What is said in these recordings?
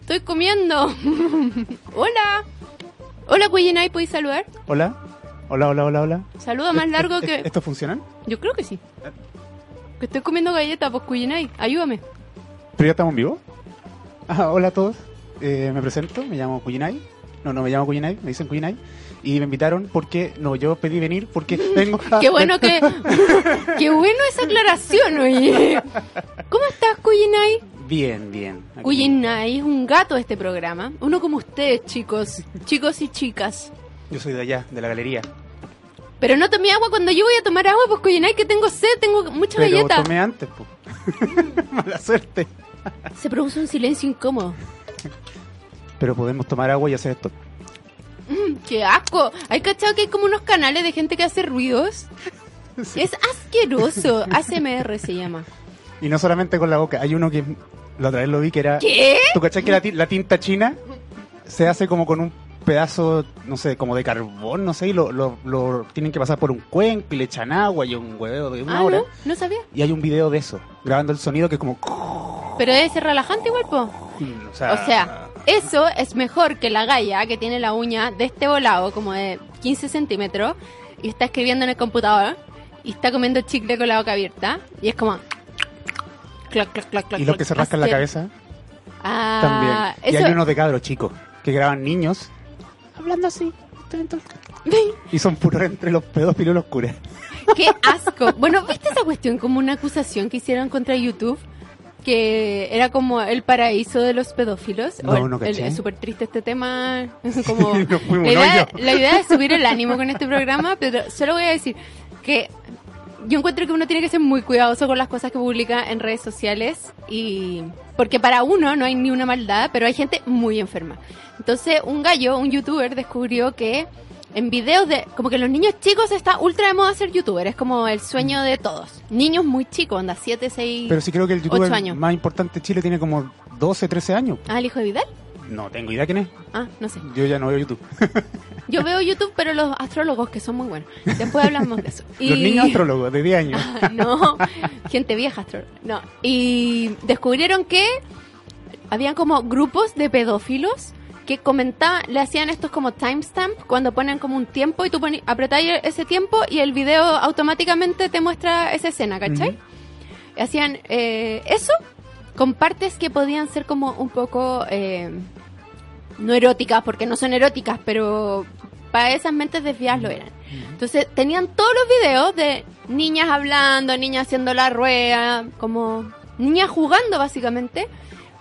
Estoy comiendo. Hola. Hola, Cuyenay, ¿podéis saludar? Hola, hola, hola, hola, hola. Saludo más ¿Es- largo es- que. ¿Estos funcionan? Yo creo que sí. Que estoy comiendo galletas, pues Cuyenay, ayúdame. ¿Pero ya estamos en vivo? Ah, hola a todos, Eh, me presento, me llamo Kuyinai. No, no me llamo Kuyinai, me dicen Kuyinai. Y me invitaron porque, no, yo pedí venir porque Ah, tengo... Qué bueno que. Qué bueno esa aclaración, oye. ¿Cómo estás, Cuyenay? eh, Bien, bien. Aquí. Cuyenay es un gato de este programa. Uno como ustedes, chicos. Chicos y chicas. Yo soy de allá, de la galería. Pero no tomé agua cuando yo voy a tomar agua, pues Cuyenay, que tengo sed, tengo mucha Pero galleta. tomé antes, po. Mala suerte. Se produce un silencio incómodo. Pero podemos tomar agua y hacer esto. ¡Qué asco! ¿Hay cachado que hay como unos canales de gente que hace ruidos? Sí. Es asqueroso. ASMR se llama. Y no solamente con la boca, hay uno que la otra vez lo vi que era... ¿Qué? ¿Tú cachás que la, ti- la tinta china se hace como con un pedazo, no sé, como de carbón, no sé, y lo, lo, lo tienen que pasar por un cuenco y le echan agua y un hueveo de una Ah, hora? no, no sabía. Y hay un video de eso, grabando el sonido que es como... Pero debe ser relajante igual, po. O sea... O sea, eso es mejor que la galla que tiene la uña de este volado, como de 15 centímetros, y está escribiendo en el computador, y está comiendo chicle con la boca abierta, y es como... clac, clac, clac, clac, y los que clac. se rascan la Asque- cabeza Ah, también. Y eso... hay unos de cabros chicos que graban niños hablando así. Y son puros entre los pedófilos y los curas. Qué asco. Bueno, ¿viste esa cuestión como una acusación que hicieron contra YouTube? Que era como el paraíso de los pedófilos. No, O el- no el- caché. es súper triste este tema. Como Nos fuimos, la, idea, ¿no? Yo. la idea es subir el ánimo con este programa, pero solo voy a decir que yo encuentro que uno tiene que ser muy cuidadoso con las cosas que publica en redes sociales y porque para uno no hay ni una maldad, pero hay gente muy enferma. Entonces, un gallo, un youtuber descubrió que en videos de como que los niños chicos está ultra de moda ser youtuber, es como el sueño de todos. Niños muy chicos, onda 7, 6. Pero sí creo que el Ocho youtuber años. más importante de Chile tiene como 12, 13 años. Ah, el hijo de Vidal? No tengo idea quién es. Ah, no sé. Yo ya no veo YouTube. Yo veo YouTube, pero los astrólogos que son muy buenos. Después hablamos de eso. Los niños astrólogos de 10 años. no, gente vieja, astro- no. Y descubrieron que habían como grupos de pedófilos que comentaban, le hacían estos como timestamp, cuando ponen como un tiempo y tú poni- apretáis ese tiempo y el video automáticamente te muestra esa escena, ¿cachai? Ujú. Hacían eh, eso con partes que podían ser como un poco, eh, no eróticas, porque no son eróticas, pero para esas mentes desviadas lo eran. Entonces tenían todos los videos de niñas hablando, niñas haciendo la rueda, como niñas jugando básicamente,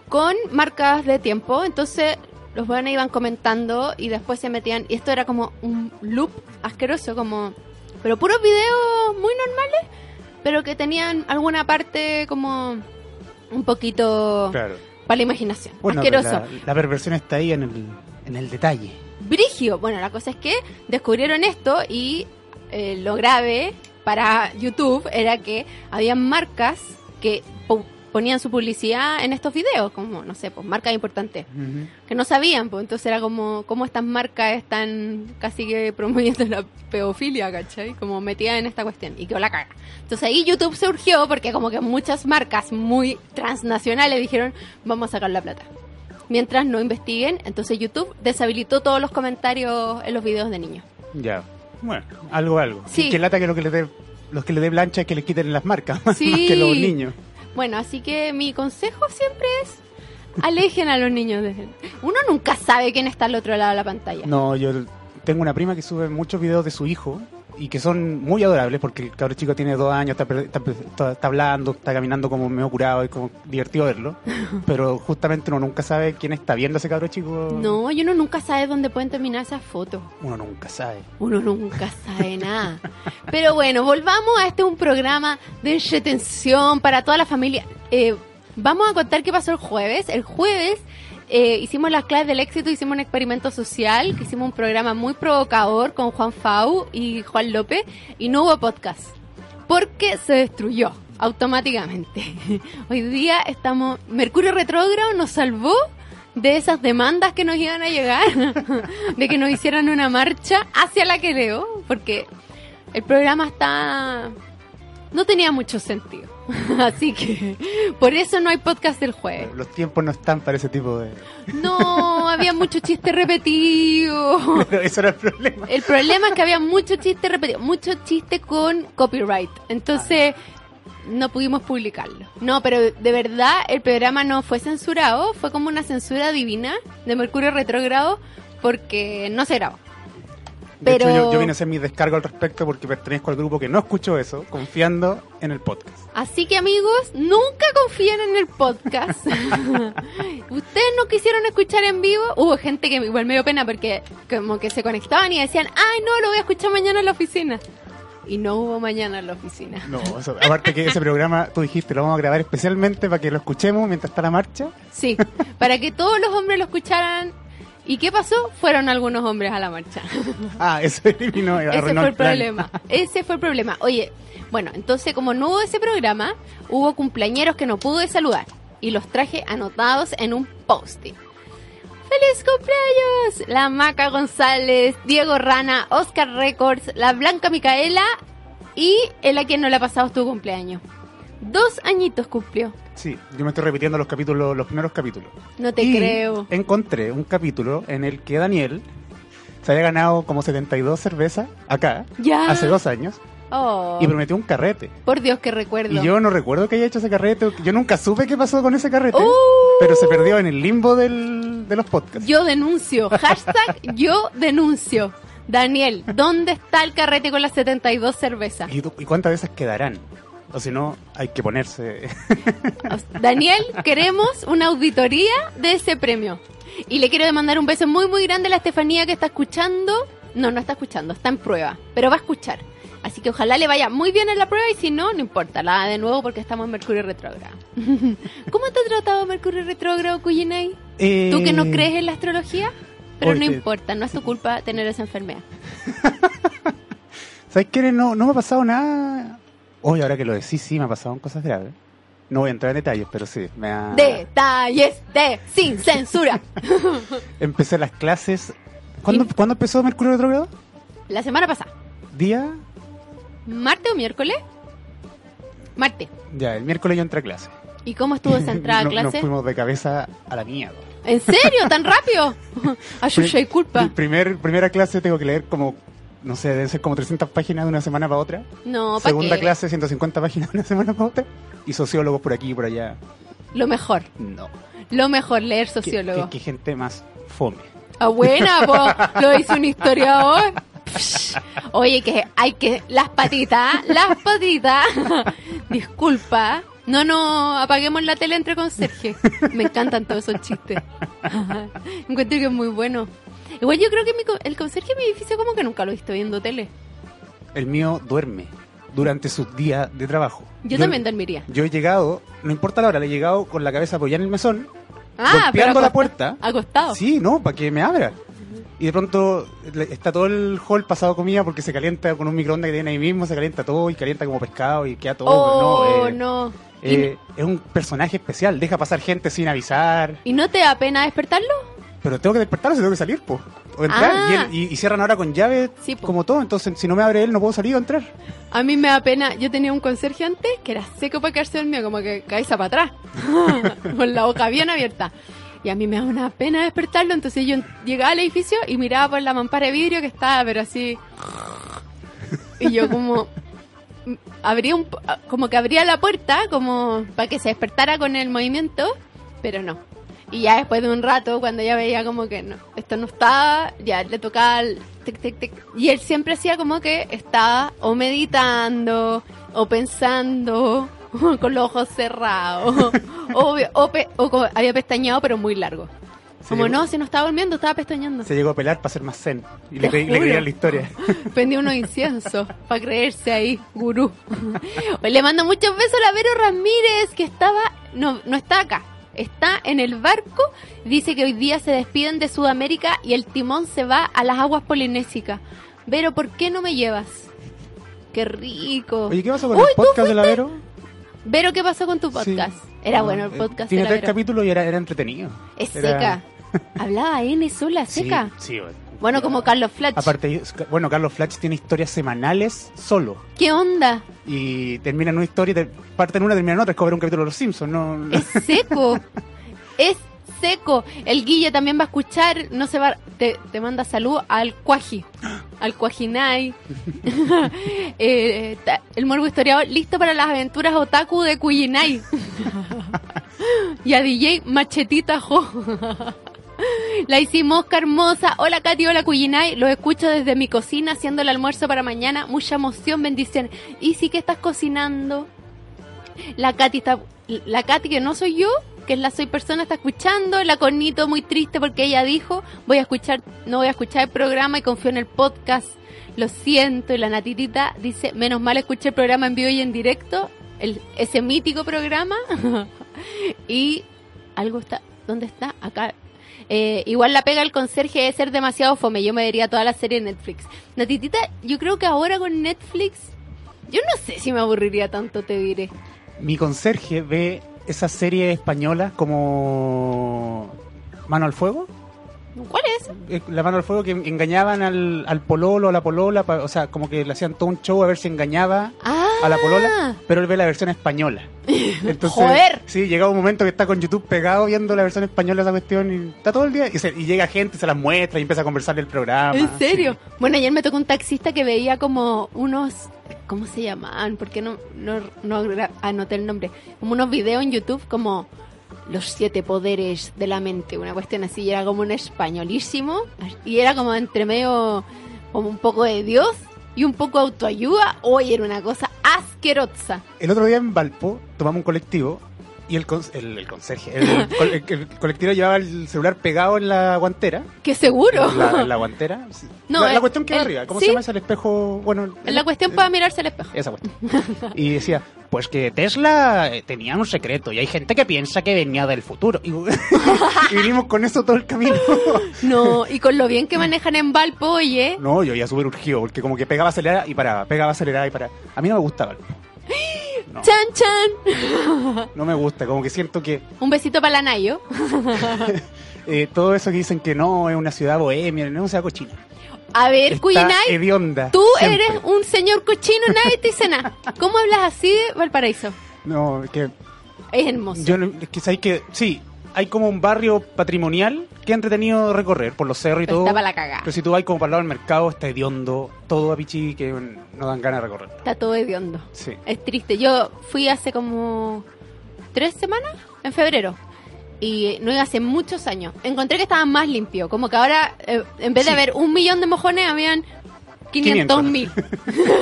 con marcas de tiempo. Entonces los buenos iban comentando y después se metían. Y esto era como un loop asqueroso, como. Pero puros videos muy normales, pero que tenían alguna parte como un poquito Claro. para la imaginación. Bueno, pero asqueroso. la, la perversión está ahí en el, en el detalle. Brigio. Bueno, la cosa es que descubrieron esto y eh, lo grave para YouTube era que había marcas que pu- ponían su publicidad en estos videos, como, no sé, pues marcas importantes, Ujú. que no sabían, pues entonces era como, como estas marcas están casi que promoviendo la pedofilia, ¿cachai? Como metida en esta cuestión y quedó la caga. Entonces ahí YouTube se urgió porque como que muchas marcas muy transnacionales dijeron, vamos a sacar la plata. Mientras no investiguen, entonces YouTube deshabilitó todos los comentarios en los videos de niños. Ya. Bueno, algo, algo. Sí. Que, que lata que lo que le dé los que le dé plancha es que le quiten las marcas, más Sí. que los niños. Bueno, así que mi consejo siempre es alejen a los niños. de- Uno nunca sabe quién está al otro lado de la pantalla. No, yo tengo una prima que sube muchos videos de su hijo y que son muy adorables porque el cabrón chico tiene dos años, está, per- está per- está- está hablando, está caminando como medio curado y como divertido verlo. Pero justamente uno nunca sabe quién está viendo a ese cabrón chico. No, y uno nunca sabe dónde pueden terminar esas fotos. Uno nunca sabe. Uno nunca sabe nada. Pero bueno, volvamos a este un programa de entretención para toda la familia. Eh, vamos a contar qué pasó el jueves. El jueves eh, hicimos las claves del éxito, hicimos un experimento social, que hicimos un programa muy provocador con Juan Fau y Juan López y no hubo podcast. Porque se destruyó automáticamente. Hoy día estamos... Mercurio retrógrado nos salvó de esas demandas que nos iban a llegar, de que nos hicieran una marcha hacia la que leo, porque el programa está... no tenía mucho sentido. Así que por eso no hay podcast el jueves. Los tiempos no están para ese tipo de. No, había mucho chiste repetido. Pero eso era el problema. El problema es que había mucho chiste repetido, mucho chiste con copyright. Entonces no pudimos publicarlo. No, pero de verdad el programa no fue censurado, fue como una censura divina de Mercurio retrógrado porque no se grabó. De hecho, Pero- yo, yo vine a hacer mi descargo al respecto porque pertenezco al grupo que no escuchó eso, confiando en el podcast. Así que amigos, nunca confíen en el podcast. Ustedes no quisieron escuchar en vivo. Hubo gente que igual me dio pena porque como que se conectaban y decían, ay no, lo voy a escuchar mañana en la oficina. Y no hubo mañana en la oficina. No, eso- aparte que ese programa, tú dijiste, lo vamos a grabar especialmente para que lo escuchemos mientras está la marcha. Sí, para que todos los hombres lo escucharan. ¿Y qué pasó? Fueron algunos hombres a la marcha. Ah, eso eliminó. Ese fue el problema. Ese fue el problema. Oye, bueno, entonces como no hubo ese programa, hubo cumpleañeros que no pude saludar y los traje anotados en un post-it. ¡Feliz cumpleaños! La Maca González, Diego Rana, Oscar Records, la Blanca Micaela y el a quien no le ha pasado tu cumpleaños. Dos añitos cumplió. Sí, yo me estoy repitiendo los capítulos, los primeros capítulos. No te Y eh, creo. Encontré un capítulo en el que Daniel se había ganado como 72 cervezas acá, Ya. hace dos años, Oh, y prometió un carrete. por Dios que recuerdo. Y yo no recuerdo que haya hecho ese carrete, yo nunca supe qué pasó con ese carrete, ¡Uh! pero se perdió en el limbo del, de los podcasts. Yo denuncio. Hashtag yo denuncio. Daniel, ¿dónde está el carrete con las 72 cervezas? ¿Y, tú- y cuántas de esas quedarán? O si no, hay que ponerse. Daniel, queremos una auditoría de ese premio. Y le quiero mandar un beso muy, muy grande a la Estefanía que está escuchando. No, no está escuchando, está en prueba, pero va a escuchar. Así que ojalá le vaya muy bien en la prueba y si no, no importa, la da de nuevo porque estamos en Mercurio Retrógrado. ¿Cómo te ha tratado Mercurio Retrógrado, Kuyinei? ¿Tú que no Eh, crees en la astrología? Pero oye, no te- importa, no es tu culpa tener esa enfermedad. ¿Sabes qué? No, no me ha pasado nada. Hoy, ahora que lo decís, sí, me ha pasado cosas graves. No voy a entrar en detalles, pero sí, me ha... Detalles de sin censura. Empecé las clases. ¿Cuándo, ¿cuándo empezó Mercurio Retrogrado? La semana pasada, Día. ¿Marte o miércoles? Marte. Ya, el miércoles yo entré a clase. ¿Y cómo estuvo esa entrada a No- clase? Nos fuimos de cabeza a la mierda. ¿En serio? ¿Tan rápido? A Yuya y culpa. Pri- Primer, primera clase tengo que leer como, no sé, deben ser como 300 páginas de una semana para otra. No, ¿para Segunda qué? clase, 150 páginas de una semana para otra. Y sociólogos por aquí y por allá. Lo mejor, No. lo mejor, leer ¿Qué- sociólogo. qué- qué gente más fome. Ah, buena, po. Lo hizo un historiador. Psh. Oye, que hay que. Las patitas, las patitas. Disculpa. No, no, apaguemos la tele entre conserje. Me encantan todos esos chistes. Encuentro que es muy bueno. Igual yo creo que mi co- el conserje de mi edificio como que nunca lo he visto viendo tele. El mío duerme durante sus días de trabajo. Yo también dormiría. Yo he llegado, no importa la hora, le he llegado con la cabeza apoyada en el mesón, Ah, pero golpeando la acosta- puerta. Acostado. Sí, no, para que me abra. Y de pronto le- está todo el hall pasado comida porque se calienta con un microondas que tiene ahí mismo, se calienta todo y calienta como pescado y queda todo. oh, no, eh, no. Eh, es un personaje especial, deja pasar gente sin avisar. ¿Y no te da pena despertarlo? Pero tengo que despertarlo, si tengo que salir, po. O entrar. Ah. Y, él- y- y cierran ahora con llave, Sí, po. como todo. Entonces, si no me abre él, no puedo salir o entrar. A mí me da pena. Yo tenía un conserje antes que era seco para quedarse dormido, como que cabeza para atrás, con la boca bien abierta. Y a mí me da una pena despertarlo, entonces yo llegaba al edificio y miraba por la mampara de vidrio que estaba, pero así. Y yo como abría un, po- ah, como que abría la puerta, como para que se despertara con el movimiento, pero no. Y ya después de un rato, cuando ya veía como que no, esto no estaba, ya le tocaba el tic, tic, tic. Y él siempre hacía como que estaba o meditando, o pensando, con los ojos cerrados, o, o pe- o co- había pestañeado, pero muy largo. Se Como llegó- no, si no estaba durmiendo, estaba pestañeando. Se llegó a pelar para ser más zen. Y le, Te creí- le juro. creían la historia. Vendí unos inciensos para creerse ahí, gurú. Le mando muchos besos a la Vero Ramírez, que estaba, no, no está acá, está en el barco. Dice que hoy día se despiden de Sudamérica y el timón se va a las aguas polinésicas. Vero, ¿por qué no me llevas? Qué rico. Oye, ¿qué pasó con Uy, el ¿tú podcast de la Vero? Vero, ¿qué pasó con tu podcast? Sí. Era No, bueno el eh, podcast de Tiene la tres Vero. capítulos y era, era entretenido. Es Era- seca. Hablaba N sola, Sí, seca. Sí, Ah, bueno. Bueno, como Carlos Flash. Aparte, bueno, Carlos Flash tiene historias semanales solo. ¿Qué onda? Y termina en una historia, y te- parte en una, termina en otra. Es como ver un capítulo de Los Simpsons. No, no- Es seco. es seco. El Guille también va a escuchar, no se va, te, te manda salud al Cuaji, al Cuajinay. Eh, ta- el morbo historiador listo para las aventuras otaku de Cuyinay. y a DJ Machetita Jo. La hicimos hermosa. Hola Katy, hola Cuyinay. Los escucho desde mi cocina haciendo el almuerzo para mañana. Mucha emoción, bendición. Y sí que estás cocinando. La Katy está, la Katy que no soy yo, que es la soy persona está escuchando, la Cornito muy triste porque ella dijo, voy a escuchar, no voy a escuchar el programa y confío en el podcast. Lo siento, y la Natirita dice, menos mal escuché el programa en vivo y en directo, el, ese mítico programa. y algo está, ¿dónde está? Acá. Eh, igual la pega el conserje de ser demasiado fome, yo me vería toda la serie en Netflix. Natitita, yo creo que ahora con Netflix, yo no sé si me aburriría tanto, te diré. Mi conserje ve esas series españolas como Mano al Fuego. ¿Cuál es? Eh, La mano al fuego que engañaban al, al pololo, a la polola, pa- o sea, como que le hacían todo un show a ver si engañaba Ah, a la polola, pero él ve la versión española. Entonces, Joder. Sí, llega un momento que está con YouTube pegado viendo la versión española de esa cuestión y está todo el día. Y, se- y llega gente, se las muestra y empieza a conversar del programa. ¿En serio? Bueno, ayer me tocó un taxista que veía como unos. ¿Cómo se llamaban? Porque no, no, no gra- anoté el nombre. Como unos videos en YouTube como los siete poderes de la mente, una cuestión así. Y era como un españolísimo. Y era como entre medio. como un poco de Dios y un poco autoayuda. Hoy era una cosa asquerosa. El otro día en Valpo tomamos un colectivo y el, cons- el, el conserje, el, col- el- el colectivo llevaba el celular pegado en la guantera. ¡Qué seguro! En la, en la guantera. sí. No, la, la el- cuestión que va el- arriba. ¿Cómo sí. se llama ese el espejo? Bueno, el- La cuestión el- para mirarse al espejo. Esa cuestión. Y decía, pues que Tesla eh, tenía un secreto y hay gente que piensa que venía del futuro. Y, y vinimos con eso todo el camino. No, y con lo bien que manejan en Valpo, oye. No, yo ya súper urgido, porque como que pegaba acelerada y paraba, pegaba acelerada y paraba. A mí no me gusta, Valpo. No, ¡Chan, chan! no me gusta, como que siento que Un besito para la Nayo. eh, todo eso que dicen que no es una ciudad bohemia, no sea cochina. A ver, Está Cuyinay, hedionda. tú siempre. eres un señor cochino, nadie te dice nada. ¿Cómo hablas así de Valparaíso? No, que Es hermoso. Yo no- es que sabéis que sí, hay como un barrio patrimonial que ha entretenido recorrer por los cerros y Pero todo. está pa' la cagá. Pero si tú vas como para el lado del mercado, está hediondo, todo a pichi que mm, no dan ganas de recorrer. Está todo hediondo. Sí. Es triste. Yo fui hace como tres semanas, en febrero. Y no iba hace muchos años. Encontré que estaba más limpio. Como que ahora, eh, en vez de Sí. haber un millón de mojones, habían 500 mil.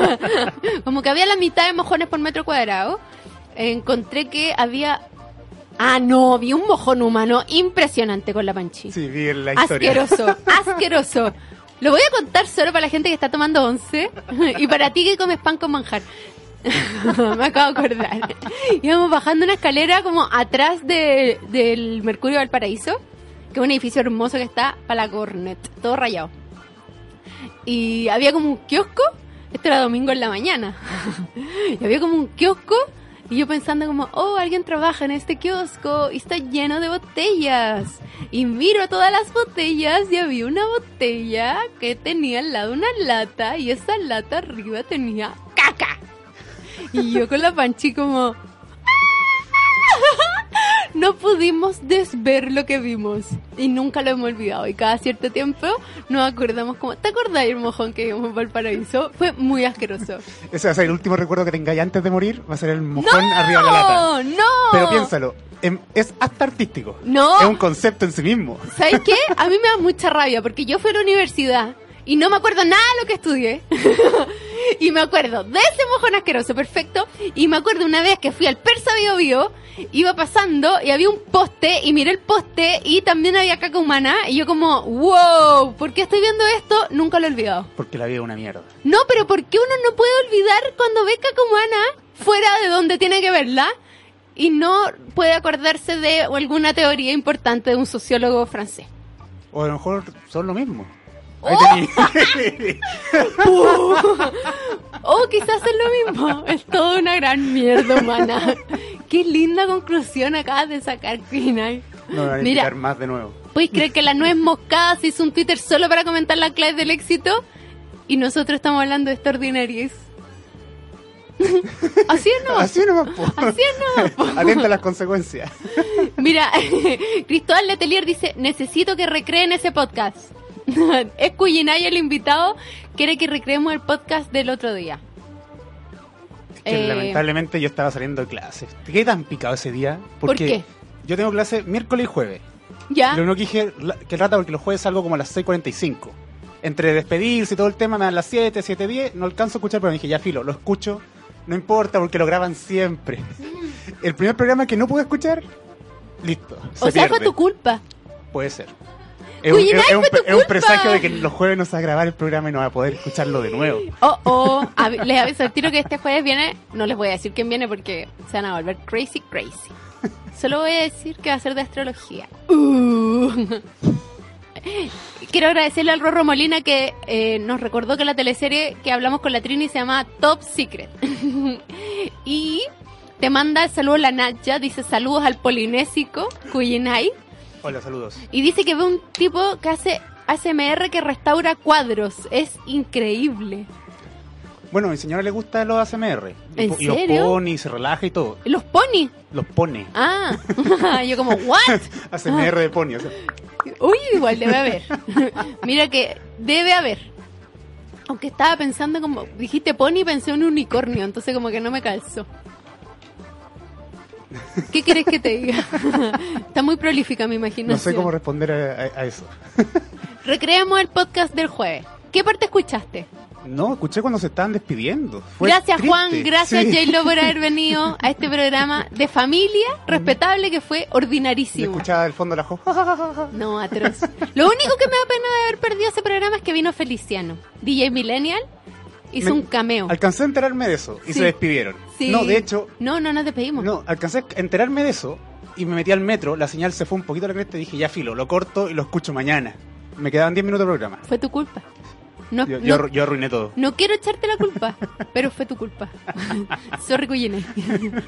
como que había la mitad de mojones por metro cuadrado. Encontré que había... Ah, no, vi un mojón humano impresionante con la panchi. Sí, vi la historia. Asqueroso, asqueroso. Lo voy a contar solo para la gente que está tomando once y para ti que comes pan con manjar. Me acabo de acordar. Íbamos bajando una escalera como atrás de- del Mercurio Valparaíso, que es un edificio hermoso que está para la Cornet, todo rayado. Y había como un kiosco, esto era domingo en la mañana, y había como un kiosco Y yo pensando como, oh, alguien trabaja en este kiosco y está lleno de botellas. Y miro todas las botellas y había una botella que tenía al lado una lata y esa lata arriba tenía caca. Y yo con la panchi como... "Ah". No pudimos desver lo que vimos y nunca lo hemos olvidado. Y cada cierto tiempo nos acordamos como, ¿te acordás el mojón que vimos en Valparaíso? Fue muy asqueroso. Ese va a ser el último recuerdo que tengáis antes de morir, va a ser el mojón arriba de la lata. ¡No! ¡No! Pero piénsalo, em- es hasta artístico. No. Es un concepto en sí mismo. ¿Sabes qué? A mí me da mucha rabia porque yo fui a la universidad y no me acuerdo nada de lo que estudié. y me acuerdo de ese mojón asqueroso, perfecto. Y me acuerdo una vez que fui al Persa Bio Bio, iba pasando y había un poste y miré el poste y también había caca humana. Y yo como, wow, ¿por qué estoy viendo esto? Nunca lo he olvidado. Porque la vida es una mierda. No, pero ¿por qué uno no puede olvidar cuando ve caca humana fuera de donde tiene que verla? Y no puede acordarse de alguna teoría importante de un sociólogo francés. O a lo mejor son lo mismo. ¡Oh! Ahí tení. O Oh, quizás es lo mismo. Es toda una gran mierda humana. Qué linda conclusión acabas de sacar, Crinay. no me van a Mira. invitar más de nuevo. ¿Puedes creer que la nuez moscada se hizo un Twitter solo para comentar la clave del éxito? Y nosotros estamos hablando de extraordinarias. Así es, ¿no? Así nomás, po. Así es, ¿no? Atenta a las consecuencias. Mira, Cristóbal Letelier dice, necesito que recreen ese podcast. es Cuyinay el invitado, quiere que recreemos el podcast del otro día. Es que Eh. lamentablemente yo estaba saliendo de clases. Te quedé tan picado ese día. ¿Por Porque qué? Yo tengo clase miércoles y jueves. ¿Ya? Lo único que dije la- que rata porque los jueves salgo como a las 6.45. Entre despedirse y todo el tema me dan las 7, 7.10. No alcanzo a escuchar, pero dije, ya filo, lo escucho. No importa porque lo graban siempre. El primer programa que no pude escuchar, listo. Mm. O se sea, fue pierde. tu culpa. Puede ser. Es un, Oye, es- Nai, es un fue pre- tu es un culpa. presagio de que los jueves no se va a grabar el programa y no va a poder escucharlo de nuevo. Oh, oh, avi- les aviso al tiro que este jueves viene, no les voy a decir quién viene porque se van a volver crazy, crazy. Solo voy a decir que va a ser de astrología. Uh. Quiero agradecerle al Rorro Molina que eh, nos recordó que la teleserie que hablamos con la Trini se llama Top Secret. y te manda saludos la Nacha, dice saludos al polinésico, Cuyinay. Hola, saludos. Y dice que ve un tipo que hace ASMR que restaura cuadros. Es increíble. Bueno, a mi señora le gusta los ASMR. Y ¿En po- y, serio? los pone y se relaja y todo. Los pony. Los pone. Ah, yo como, ¿what? ASMR de pony. o sea, Uy, igual debe haber. Mira que debe haber. Aunque estaba pensando como, dijiste pony, pensé en un unicornio, entonces como que no me calzó. ¿Qué querés que te diga? Está muy prolífica mi no imaginación. sé cómo responder a, a- a eso. Recreamos el podcast del jueves. ¿Qué parte escuchaste? No, escuché cuando se estaban despidiendo. Fue gracias triste. Juan, gracias Sí. J-Lo por haber venido a este programa de familia respetable que fue Yo ordinarísimo. escuchaba del fondo la jo. No, atroz. Lo único que me da pena de haber perdido ese programa es que vino Feliciano. DJ Millennial hizo Me- un cameo. Alcancé a enterarme de eso y Sí. se despidieron. Sí. No, de hecho, No, no nos despedimos. no, alcancé a enterarme de eso y me metí al metro, la señal se fue un poquito a la cresta y dije, ya filo, lo corto y lo escucho mañana. Me quedaban 10 minutos de programa. Fue tu culpa. No, Yo, no- yo, arru- yo arruiné todo. no quiero echarte la culpa, pero fue tu culpa. Sorry, Cuyene.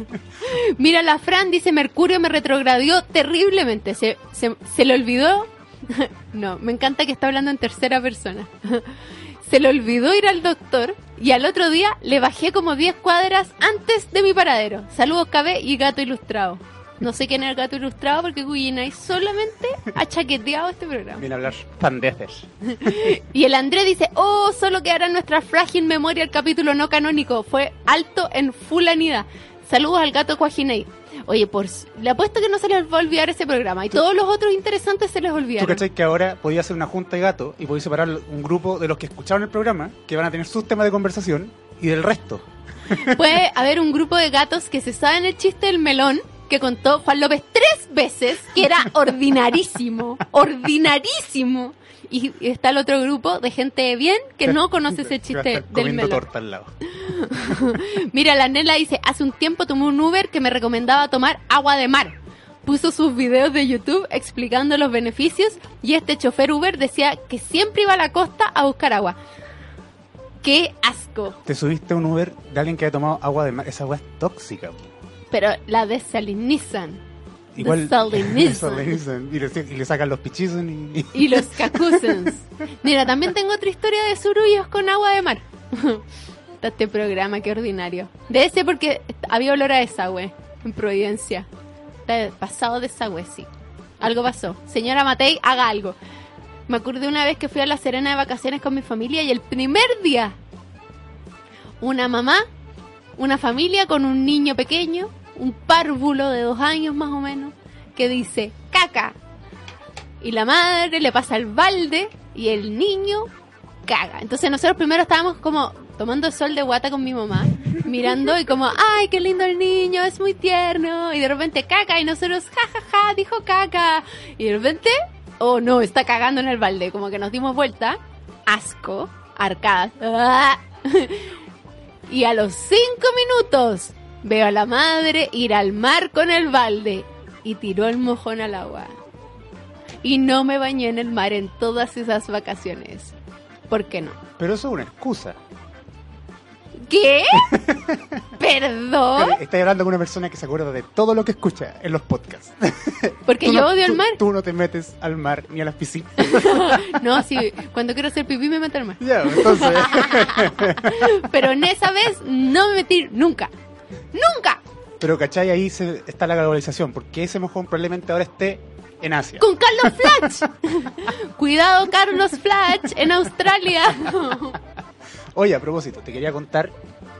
Mira, la Fran dice, Mercurio me retrogradió terriblemente. Se, se, se le olvidó... No, me encanta que está hablando en tercera persona. Se le olvidó ir al doctor y al otro día le bajé como 10 cuadras antes de mi paradero. Saludos, KB y Gato Ilustrado. No sé quién es el Gato Ilustrado porque Cuyinay solamente ha chaqueteado este programa. Viene a hablar pandeces. Y el André dice, oh, solo quedará en nuestra frágil memoria el capítulo no canónico. Fue alto en fulanidad. Saludos al gato Cuajinei. Oye, por s- le apuesto que no se les va a olvidar ese programa. Y todos los otros interesantes se les ¿Tú olvidaron. cachai que ahora podía hacer una junta de gato y podía separar un grupo de los que escucharon el programa, que van a tener sus temas de conversación, y del resto? Puede haber un grupo de gatos que se saben el chiste del melón que contó Juan López tres veces, que era ordinarísimo, ordinarísimo. Y y está el otro grupo de gente de bien que no conoce ese Que va a chiste estar del comiendo melón. torta al lado. Mira, la Nela dice, hace un tiempo tomé un Uber que me recomendaba tomar agua de mar. Puso sus videos de YouTube explicando los beneficios y este chofer Uber decía que siempre iba a la costa a buscar agua. ¡Qué asco! Te subiste a un Uber de alguien que había tomado agua de mar. Esa agua es tóxica. po. pero la desalinizan. Igual. Desalinizan. desalinizan. Y, le, y le sacan los pichizos y, y- Y los cacusens. Mira, también tengo otra historia de surullos con agua de mar. Está este programa, qué ordinario. De ese porque había olor a desagüe en Providencia. Está pasado desagüe, sí. Algo pasó. Señora Matei, haga algo. Me acordé una vez que fui a La Serena de vacaciones con mi familia y el primer día, una mamá, una familia con un niño pequeño, un párvulo de dos años más o menos, que dice, caca, y la madre le pasa el balde y el niño caga. Entonces nosotros primero estábamos como tomando sol de guata con mi mamá, mirando y como, ay, qué lindo el niño, es muy tierno. Y de repente caca y nosotros, ja, ja, ja, dijo caca. Y de repente, oh no, está cagando en el balde. Como que nos dimos vuelta, asco, arcadas. ¡Ah! Y a los cinco minutos veo a la madre ir al mar con el balde y tiró el mojón al agua. Y no me bañé en el mar en todas esas vacaciones. ¿Por qué no? Pero eso es una excusa. ¿Qué? ¿Perdón? Estás hablando con una persona que se acuerda de todo lo que escucha en los podcasts. Porque Tú yo no- odio el tú- mar. Tú, no te metes al mar ni a las piscinas. No, sí, cuando quiero hacer pipí me meto al mar. ya, entonces. Pero en esa vez no me metí nunca. ¡Nunca! Pero cachai, ahí se- está la globalización. Porque ese mojón probablemente ahora esté en Asia. ¡Con Carlos Flash! Cuidado, Carlos Flash, en Australia. Oye, a propósito, te quería contar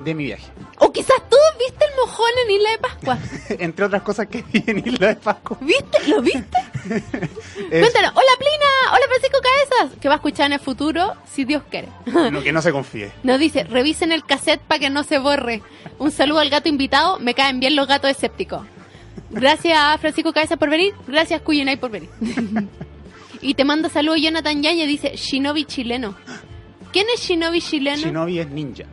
de mi viaje. O quizás tú viste el mojón en Isla de Pascua. Entre otras cosas que vi en Isla de Pascua. ¿Viste? ¿Lo viste? es Cuéntanos. Hola, Plina. Hola, Francisco Cabezas. Que va a escuchar en el futuro, si Dios quiere. lo que no se confíe. Nos dice, revisen el cassette para que no se borre. Un saludo al gato invitado, me caen bien los gatos escépticos. Gracias a Francisco Cabeza por venir, gracias Cuyenay por venir. y te manda saludo Jonathan Yañez, dice Shinobi chileno. ¿Quién es Shinobi chileno? Shinobi es ninja.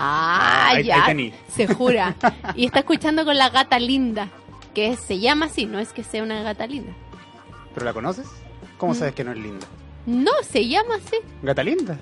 Ah, Ahí- ya. ahí tení. se jura. Y está escuchando con la gata linda, que se llama así, no es que sea una gata linda. ¿Pero la conoces? ¿Cómo sabes que no es linda? No, se llama así, Gata linda.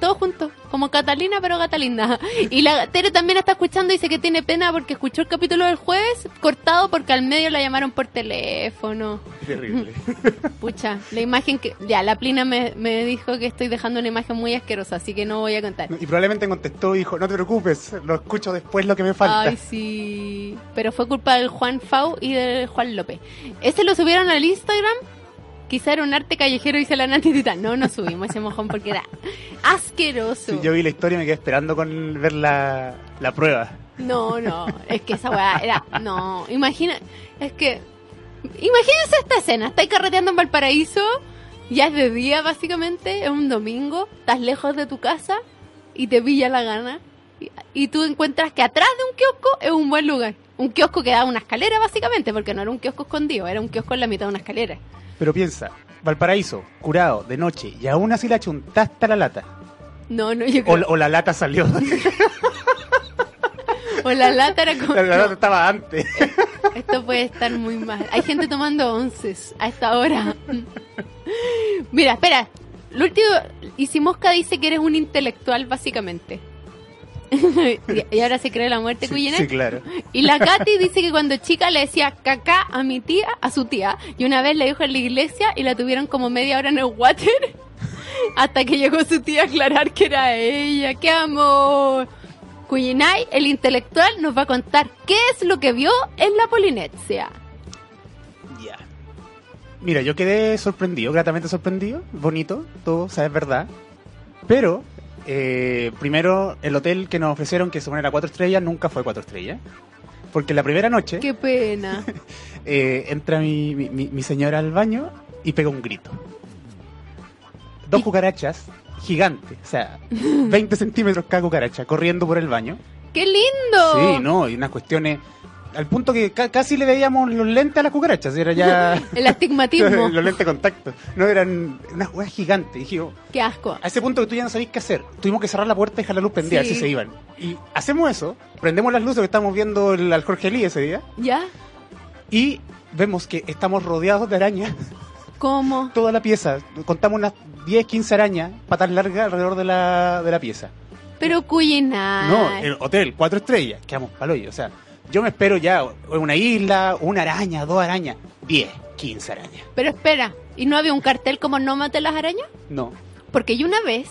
todos juntos, como Catalina pero gata linda. Y la Tere también está escuchando, dice que tiene pena porque escuchó el capítulo del jueves cortado porque al medio la llamaron por teléfono. Terrible. Pucha, la imagen que... Ya, la Plina me, me dijo que estoy dejando una imagen muy asquerosa, así que no voy a contar. Y probablemente contestó y dijo, no te preocupes, lo escucho después lo que me falta. Ay, sí. Pero fue culpa del Juan Fau y del Juan López. Ese lo subieron al Instagram. Quizá era un arte callejero, dice la Nati Tita. No, no subimos ese mojón porque era asqueroso. Sí, yo vi la historia y me quedé esperando con ver la, la prueba. No, no, es que esa weá era. No, imagina. Es que. Imagínense esta escena: estáis carreteando en Valparaíso, ya es de día básicamente, es un domingo, estás lejos de tu casa y te pilla la gana. Y, y tú encuentras que atrás de un kiosco es un buen lugar. Un kiosco que da una escalera básicamente, porque no era un kiosco escondido, era un kiosco en la mitad de una escalera. Pero piensa, Valparaíso, curado, de noche, y aún así la chuntaste a la lata. No, no, yo O, creo. o la lata salió. O la lata era como. la lata estaba antes. Esto puede estar muy mal. Hay gente tomando onces a esta hora. Mira, espera. Lo último, Isimosca dice que eres un intelectual, básicamente. y, y ahora se cree la muerte, Sí, Cuyenay. sí, claro. Y la Katy dice que cuando chica le decía caca a mi tía, a su tía, y una vez le dijo en la iglesia y la tuvieron como media hora en el water, hasta que llegó su tía a aclarar que era ella. ¡Qué amor! Cuyinay, el intelectual, nos va a contar qué es lo que vio en la Polinesia. Ya. Mira, yo quedé sorprendido, gratamente sorprendido, bonito, todo, o sea, es verdad. Pero, eh, primero, el hotel que nos ofrecieron, que según era cuatro estrellas, nunca fue cuatro estrellas. Porque la primera noche ¡Qué pena! eh, entra mi, mi- mi- mi señora al baño y pega un grito. Dos cucarachas gigantes, o sea, 20 centímetros cada cucaracha, corriendo por el baño. ¡Qué lindo! Sí, no, y unas cuestiones... Al punto que ca- casi le veíamos los lentes a las cucarachas, era ya... El astigmatismo. Los lentes de contacto. No, eran unas huevas gigantes. Dije yo, ¡Qué asco! a ese punto que tú ya no sabías qué hacer. Tuvimos que cerrar la puerta y dejar la luz prendida, Sí. así se iban. Y hacemos eso, prendemos las luces que estábamos viendo el, al Jorge Lee ese día, ¿Ya? y vemos que estamos rodeados de arañas, ¿Cómo? toda la pieza. Contamos unas 10, 15 arañas, patas largas alrededor de la, de la pieza. Pero cuyinar. No, el hotel, cuatro estrellas, quedamos paloy. O sea, yo me espero ya una isla, una araña, dos arañas, diez, quince arañas. Pero espera, ¿y no había un cartel como no mate las arañas? No. Porque yo una vez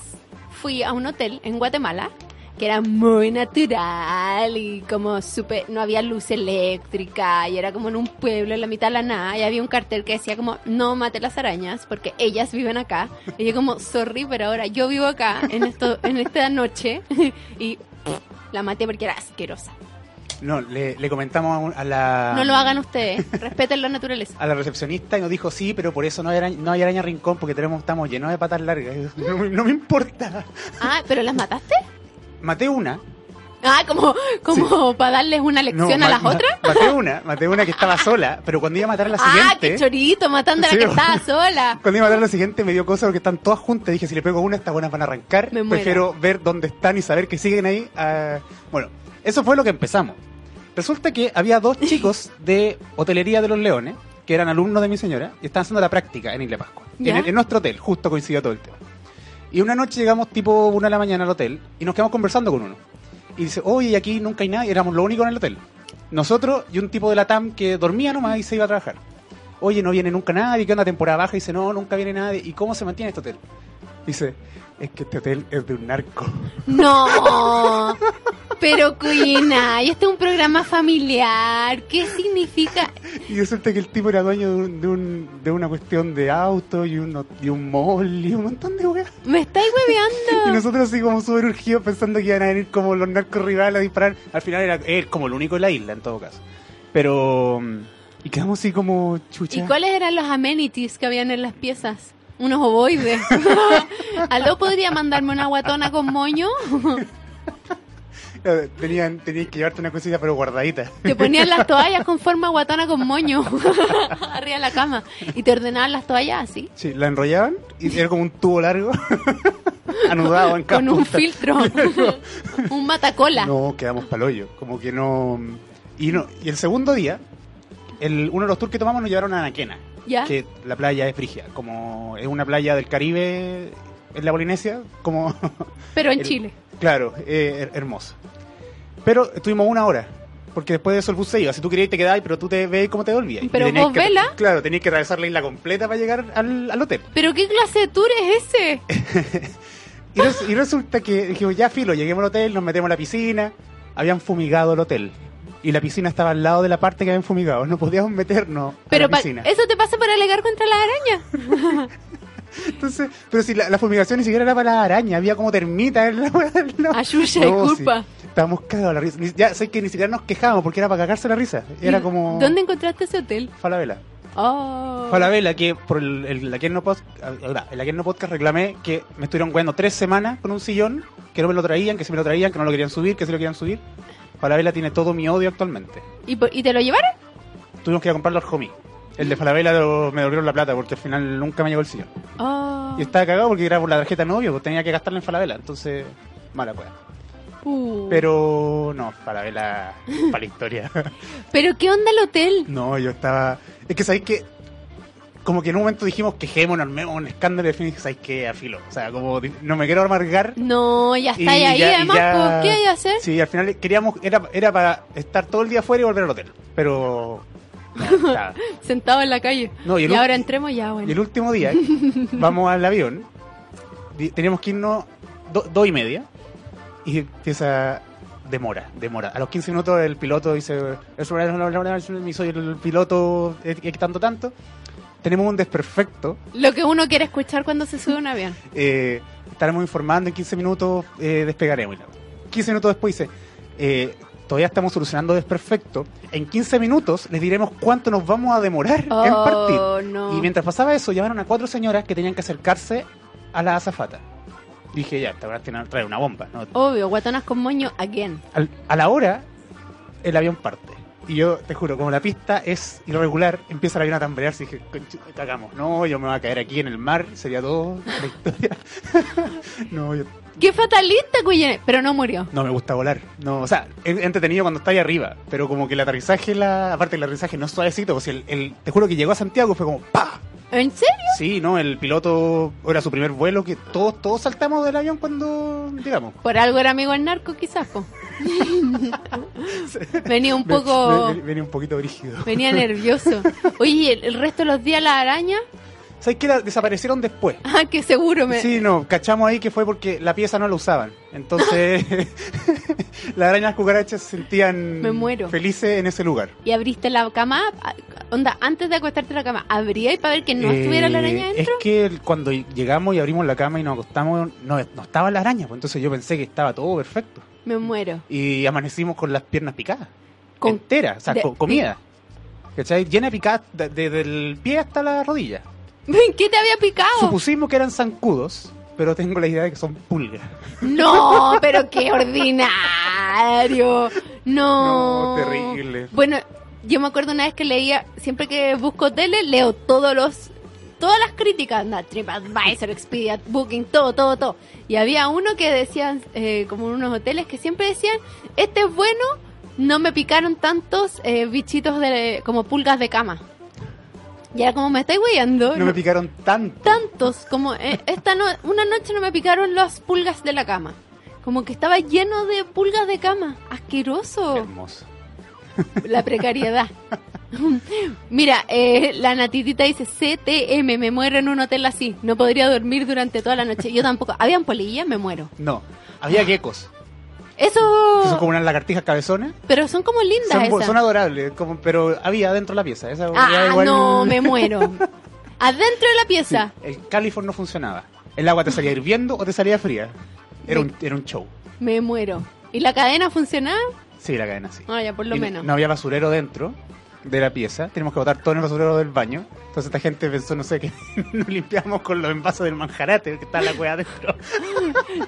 fui a un hotel en Guatemala que era muy natural y como súper, no había luz eléctrica y era como en un pueblo en la mitad de la nada y había un cartel que decía como no mate las arañas porque ellas viven acá y yo como sorry pero ahora yo vivo acá en esto en esta noche y pff, la maté porque era asquerosa No, le, le comentamos a, un- a la. no lo hagan ustedes respeten la naturaleza a la recepcionista y nos dijo, sí, pero por eso no hay araña, no hay araña rincón porque tenemos, estamos llenos de patas largas. Y yo, No, me- no me importa. ah pero las mataste Maté una. ah como como para darles una No, lección a ma- las ma- otras Maté una, maté una que estaba sola, pero cuando iba a matar a la ah siguiente... qué chorito matando a la Sí, que bo. estaba sola Cuando iba a matar a la siguiente me dio cosa porque están todas juntas. Dije, si le pego una, estas buenas van a arrancar. Me muero. Prefiero ver dónde están y saber que siguen ahí. ah, bueno, eso fue lo que empezamos. Resulta que había dos chicos de Hotelería de los Leones, que eran alumnos de mi señora, y estaban haciendo la práctica en Isla Pascua. ¿Ya? En, el- en nuestro hotel, justo coincidió todo el tema. Y una noche llegamos tipo una de la mañana al hotel y nos quedamos conversando con uno. Y dice, oye, y aquí nunca hay nadie, éramos lo único en el hotel. Nosotros y un tipo de la TAM que dormía nomás y se iba a trabajar. Oye, no viene nunca nadie, ¿qué onda temporada baja? Y dice, no, nunca viene nadie. ¿Y cómo se mantiene este hotel? Dice, es que este hotel es de un narco. No, pero Cuina, y este es un programa familiar. ¿Qué significa? Y resulta que el tipo era dueño de, un- de un- de una cuestión de auto y un, y un mall y un montón de weas. Me estáis Y hueveando. nosotros así como súper urgidos pensando que iban a venir como los narcos rivales a disparar. Al final era él como el único en la isla en todo caso. Pero... mm, Y quedamos así como ¿Y chucha. cuáles eran los amenities que habían en las piezas? Unos ovoides. ¿Aló podría mandarme una guatona con moño? Eh, Tenían, tenían que llevarte una cosita pero guardadita. Te ponían las toallas con forma guatona con moño arriba de la cama y te ordenaban las toallas así, Sí, la enrollaban y era como un tubo largo. anudado en cada con un punta. filtro, un matacola. No, quedamos palollo. Como que no... Y, no, y el segundo día, el, uno de los tours que tomamos nos llevaron a Anaquena. ¿Ya? que la playa es frigia, como es una playa del Caribe en la Polinesia, como Pero en el- Chile. claro, eh, her- hermosa. Pero estuvimos una hora, porque después de eso el bus se iba. Si tú querías te quedabas, pero tú te veías cómo te volvías. Y Pero tenías vos que- vela. Claro, tenías que atravesar la isla completa para llegar al, al hotel. ¿Pero qué clase de tour es ese? Y, Ah. res- y resulta que dijimos, ya filo, lleguemos al hotel, nos metemos a la piscina. Habían fumigado el hotel. Y la piscina estaba al lado de la parte que habían fumigado. No podíamos meternos Pero a la pa- piscina. eso te pasa para alegar contra la araña. Entonces, pero si la, la fumigación ni siquiera era para la araña, había como termita en la no. Ayuya, disculpa. sí. Estábamos cagados de la risa. Ni- Ya sé que ni siquiera nos quejábamos porque era para cagarse la risa. Era ¿Y como. ¿Dónde encontraste ese hotel? Falabella. Oh. Falabella, que por el, el, la que no pod- ahora, el Aquel no podcast reclamé que me estuvieron jugando tres semanas con un sillón, que no me lo traían, que si me lo traían, que no lo querían subir, que si lo querían subir. Falabella tiene todo mi odio actualmente. ¿Y, por- y te lo llevaron? Tuvimos que ir a comprarlo al homie. El de Falabella lo- me devolvieron la plata porque al final nunca me llegó el sillón. Oh. Y estaba cagado porque era por la tarjeta novio, pues tenía que gastarla en Falabella, entonces mala cueva. Uh. Pero no, Falabella para la historia. ¿Pero qué onda el hotel? no, yo estaba... Es que sabéis que... Como que en un momento dijimos quejémonos, armemos un escándalo y al fin dije, ¿sabéis qué? Afilo. O sea, como di- no me quiero amargar. No, ya Y está ahí, ya- y además, ya- pues, ¿qué hay que hacer? Sí, al final queríamos... Era, era para estar todo el día afuera y volver al hotel. Pero... no, estaba. Sentado en la calle. No, y y el- ahora entremos ya, Y el bueno. último día, vamos al avión, di- teníamos que irnos do- dos y media, y empieza demora, demora. A los 15 minutos el piloto dice, soy el piloto eh, eh, tanto, tanto. Tenemos un desperfecto, Lo que uno quiere escuchar cuando se sube a un avión. eh, estaremos informando en 15 minutos, eh, despegaremos. 15 minutos después dice, eh, todavía estamos solucionando desperfecto, en 15 minutos les diremos cuánto nos vamos a demorar en partir. Oh, no. Y mientras pasaba eso, llamaron a cuatro señoras que tenían que acercarse a la azafata. Dije, ya, esta verdad tiene- trae una bomba. ¿no? Obvio, guatonas con moño, again. Al- a la hora, el avión parte. Y yo, te juro, como la pista es irregular, empieza el avión a tambalearse. Dije, "Conche- cagamos. No, yo me voy a caer aquí en el mar, sería todo la historia. no, yo- ¡Qué fatalista, Cuyene! Pero no murió. no me gusta volar. No, o sea, es entretenido cuando está ahí arriba, pero como que el aterrizaje, la, aparte el aterrizaje no es suavecito. pues, el- el- te juro que llegó a Santiago y fue como, ¡pa! ¿En serio? Sí, no, el piloto era su primer vuelo que todos todos saltamos del avión cuando llegamos. Por algo era amigo del narco, quizás, po. Venía un Ve- poco... ve- ve- Venía un poquito brígido. Venía nervioso. Oye, ¿el, el resto de los días la araña? ¿Sabes qué? La- desaparecieron después. Ah, que seguro me... Sí, no, cachamos ahí que fue porque la pieza no la usaban. Entonces, las arañas cucarachas se sentían Me muero. felices en ese lugar. Y abriste la cama, a- onda, antes de acostarte en la cama, ¿abría y para ver que no Eh, estuviera la araña Es dentro? que el- cuando llegamos y abrimos la cama y nos acostamos, no, no estaba la araña, pues entonces yo pensé que estaba todo perfecto. Me muero. Y amanecimos con las piernas picadas, Con- enteras, o sea, de- co- comida. ¿Cachai? Llena de picadas de- desde el pie hasta la rodilla. ¿Qué te había picado? Supusimos que eran zancudos, pero tengo la idea de que son pulgas. No, pero qué ordinario. No. No, terrible. Bueno, yo me acuerdo una vez que leía, siempre que busco tele, leo todos los todas las críticas, anda, TripAdvisor, Expedia, Booking, todo, todo, todo. Y había uno que decían, eh, como en unos hoteles, que siempre decían, este es bueno, no me picaron tantos eh, bichitos de, como pulgas de cama. Y era como, me estáis weyando. No me No- picaron tanto. tantos como eh, esta no una noche no me picaron las pulgas de la cama. Como que estaba lleno de pulgas de cama. Asqueroso. Hermoso. La precariedad. Mira, eh, la natitita dice CTM, me muero en un hotel así. No podría dormir durante toda la noche. Yo tampoco. Habían polillas, me muero. No, Ah. había geckos. que Son Eso. como unas lagartijas cabezonas. Pero son como lindas Son, bu- esas. son adorables, como, pero había dentro de la pieza. Esa ah, era igual- no, me muero. Adentro de la Sí, pieza. el califor no funcionaba. El agua te salía hirviendo o te salía fría. Era un, era un show. Me muero. ¿Y la cadena funcionaba? Sí, la cadena sí. Ah, ya, por lo Y no- menos. No había basurero dentro de la pieza. Tenemos que botar todo en el basurero del baño. Entonces esta gente pensó, no sé, que nos limpiamos con los envases del manjarate que está la cueva dentro.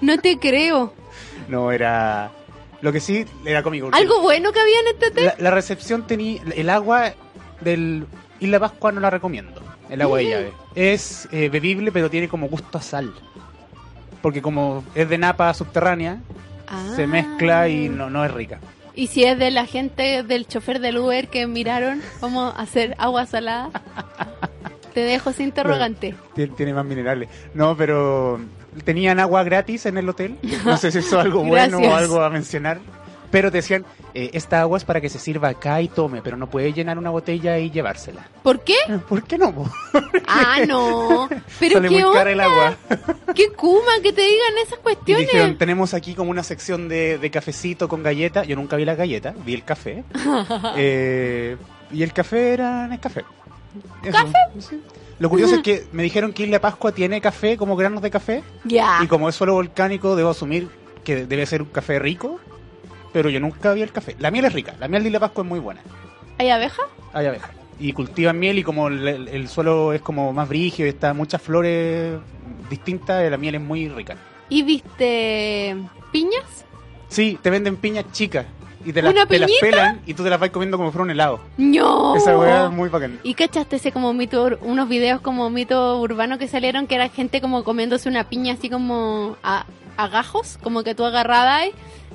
No te creo. No, era... Lo que sí era cómico. porque- ¿Algo bueno que había en este hotel? La, la recepción tenía. El agua del Isla Pascua no la recomiendo. El agua de llave. Es eh, bebible, pero tiene como gusto a sal. Porque como es de napa subterránea, se Ah. mezcla y no, no es rica. ¿Y si es de la gente del chofer del Uber que miraron cómo hacer agua salada? Te dejo ese interrogante. Tiene, tiene más minerales. No, pero tenían agua gratis en el hotel. No sé si eso es algo bueno o Gracias. algo a mencionar. Pero te decían, eh, esta agua es para que se sirva acá y tome, pero no puede llenar una botella y llevársela. ¿Por qué? ¿Por qué no? po? Ah, no. Pero Sale muy qué onda, cara el agua. qué kuma que te digan esas Y cuestiones. dijeron, tenemos aquí como una sección de, de cafecito con galleta. Yo nunca vi la galleta, vi el café. Eh, y el café era Nescafé. ¿Café? Lo curioso es que me dijeron que Isla Pascua tiene café, como granos de café. ya. Y como es suelo volcánico, debo asumir que debe ser un café rico. Pero yo nunca vi el café. La miel es rica, la miel de Isla Pascua es muy buena. ¿Hay abeja? Hay abejas. Y cultivan miel y como el, el- el suelo es como más brígido y está muchas flores distintas, eh, la miel es muy rica. ¿Y viste piñas? Sí, te venden piñas chicas y te las, ¿Una te las piñita? Oh. pelan y tú te las vas comiendo como si fuera un helado. No. Esa weá es muy bacán. ¿Y cachaste ese como mito, ur- unos videos como mito urbano que salieron que era gente como comiéndose una piña así como a, a gajos? Como que tú agarrabas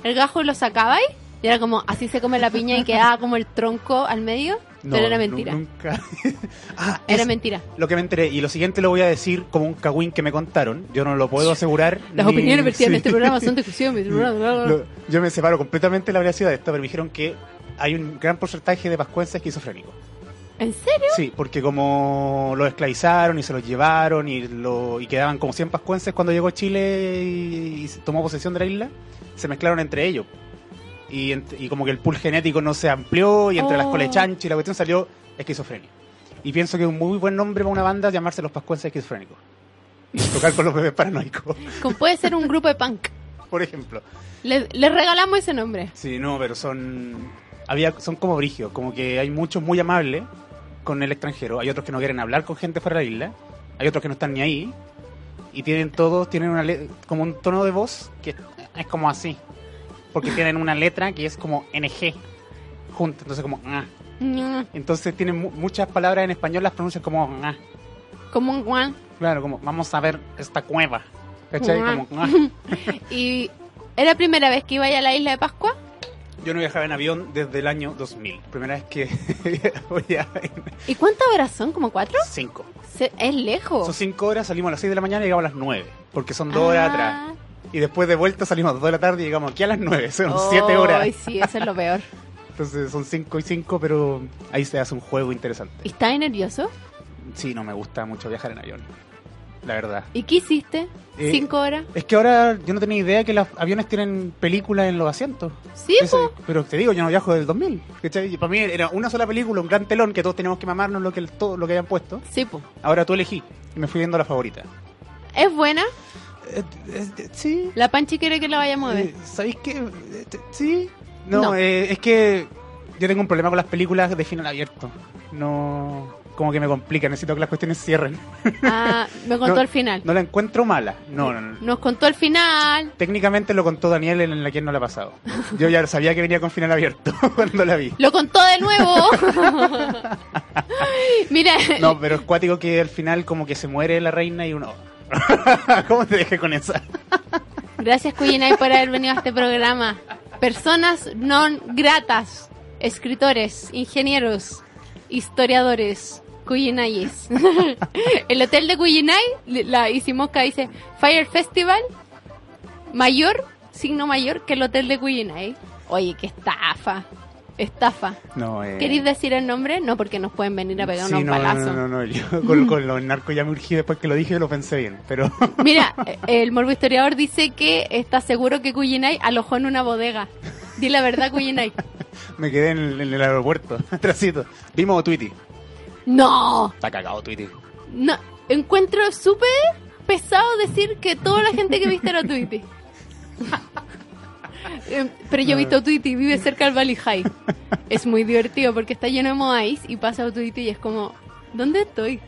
el gajo y lo sacabas y era como así se come la piña y quedaba como el tronco al medio. No, pero era nu- mentira. Nunca. ah, Era es mentira. lo que me enteré. Y lo siguiente lo voy a decir como un cagüín que me contaron. Yo no lo puedo asegurar. Las ni- opiniones vertidas en sí. este programa son discusiones. Lo- yo me separo completamente de la veracidad de esto, pero me dijeron que hay un gran porcentaje de pascuenses esquizofrénicos. ¿En serio? Sí, porque como los esclavizaron y se los llevaron y, lo, y quedaban como 100 pascuenses cuando llegó Chile y, y se tomó posesión de la isla, se mezclaron entre ellos. Y, ent- y como que el pool genético no se amplió y entre las Oh. colechanchas y la cuestión salió esquizofrenia. Y pienso que es un muy buen nombre para una banda es llamarse los pascuenses esquizofrénicos. Y tocar con los bebés paranoicos, Como puede ser un grupo de punk. por ejemplo. Le, le regalamos ese nombre. Sí, no, pero son. Había, son como brígidos, como que hay muchos muy amables con el extranjero, hay otros que no quieren hablar con gente fuera de la isla, hay otros que no están ni ahí, y tienen todos, tienen una le- como un tono de voz que es como así, porque tienen una letra que es como NG, junta, entonces como ah. Mm, Entonces tienen mu- muchas palabras en español, las pronuncian como ah. Como un guan. Claro, como vamos a ver esta cueva. ¿Cachai? Como ah. ¿Y era la primera vez que iba a la isla de Pascua? Yo no viajaba en avión desde el año 2000. Primera vez que voy a... ¿Y cuántas horas son? ¿Como cuatro? Cinco. Se- es Son lejos. cinco horas, salimos a las seis de la mañana y llegamos a las nueve. Porque son dos horas Ah. atrás. Y después de vuelta salimos a las dos de la tarde y llegamos aquí a las nueve. Son siete Oh, horas. sí, eso es lo peor. Entonces son cinco y cinco, pero ahí se hace un juego interesante. ¿Y ¿Estás nervioso? Sí, no me gusta mucho viajar en avión. La verdad. ¿Y qué hiciste? Eh, ¿Cinco horas? Es que ahora yo no tenía idea que los aviones tienen películas en los asientos. Sí, Eso- pero te digo, yo no viajo del 2000. ¿cachai? Y para mí era una sola película, un gran telón que todos teníamos que mamarnos lo que, todo lo que habían puesto. po. Sí, po. Ahora tú elegí y me fui viendo la favorita. ¿Es buena? Eh, eh, eh, sí. La Panchi quiere que la vaya a mover. Eh, ¿Sabéis qué? Eh, te- sí. No, No. eh, es que yo tengo un problema con las películas de final abierto. No. Como que me complica, necesito que las cuestiones cierren. Ah, me contó No, el final. No la encuentro mala. No, no, no. Nos contó el final. Técnicamente lo contó Daniel en la quien no la ha pasado. Yo ya sabía que venía con final abierto cuando la vi. Lo contó de nuevo. Mira, No, pero es cuático que al final como que se muere la reina y uno... ¿Cómo te dejé con esa? gracias Cuyinay por haber venido a este programa. Personas non gratas, escritores, ingenieros, historiadores, Cuyinayes. El hotel de Cuyinay, la Isimosca dice Fire Festival, mayor, signo mayor que el hotel de Cuyinay. Oye, qué estafa, estafa. No, eh... ¿Queréis decir el nombre? No, porque nos pueden venir a pegar sí, unos no, no, balazos. no, no, no, yo con, con los narcos ya me urgí después que lo dije yo lo pensé bien, pero Mira, eh, el morbo historiador dice que está seguro que Cuyinay alojó en una bodega. Di la verdad, Cuyinay. me quedé en el, en el aeropuerto, atrasito. Vimos Tweety. ¡No! Está cagado Tweety. no. Encuentro súper pesado decir que toda la gente que viste era Tweety. Eh, Pero yo he visto Tweety, vive cerca del Valley High. Es muy divertido porque está lleno de moais y pasa Tweety y es como, ¿dónde estoy?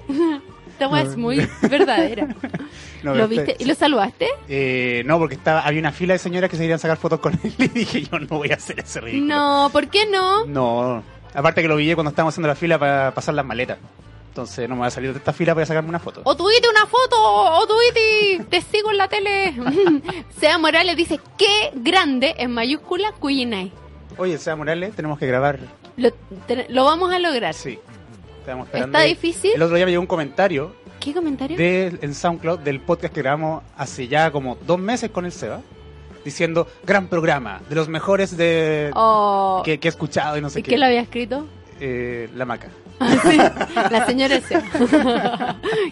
Esta weá es muy verdadera. ¿Lo No, pero este- viste? ¿Y lo saludaste? Eh, no, porque estaba, había una fila de señoras que se iban a sacar fotos con él y dije yo no voy a hacer ese ridículo. No, ¿por qué no? No, aparte que lo vi cuando estábamos haciendo la fila para pasar las maletas. Entonces no me voy a salir de esta fila para sacarme una foto. O tuviste una foto, o tuviste, te sigo en la tele. Sea Morales dice, qué grande en mayúscula Cuyinay. Oye, Sea Morales, tenemos que grabar. Lo, te- lo vamos a lograr. Sí. Estamos esperando. ¿Está difícil? El otro día me llegó un comentario ¿Qué comentario? de, en SoundCloud del podcast que grabamos hace ya como dos meses con el Seba, diciendo, gran programa, de los mejores de Oh, que, que he escuchado y no sé ¿Y qué. qué lo había escrito? Eh, la maca. Ah, sí, la señora S.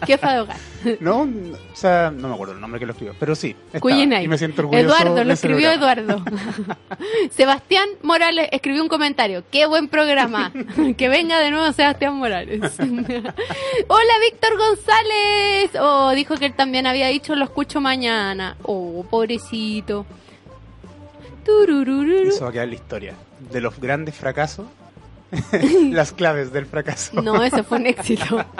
qué de hogar. No, no, o sea, no me acuerdo el nombre que lo escribió, pero sí. estaba, Cuyinay. Y me siento orgulloso. Eduardo, de lo ese escribió programa. Eduardo. Sebastián Morales escribió un comentario. Qué buen programa. que venga de nuevo Sebastián Morales. Hola, Víctor González. Oh, dijo que él también había dicho lo escucho mañana. Oh, pobrecito. Tururururu. Eso va a quedar en la historia. De los grandes fracasos, las claves del fracaso. No, eso fue un éxito.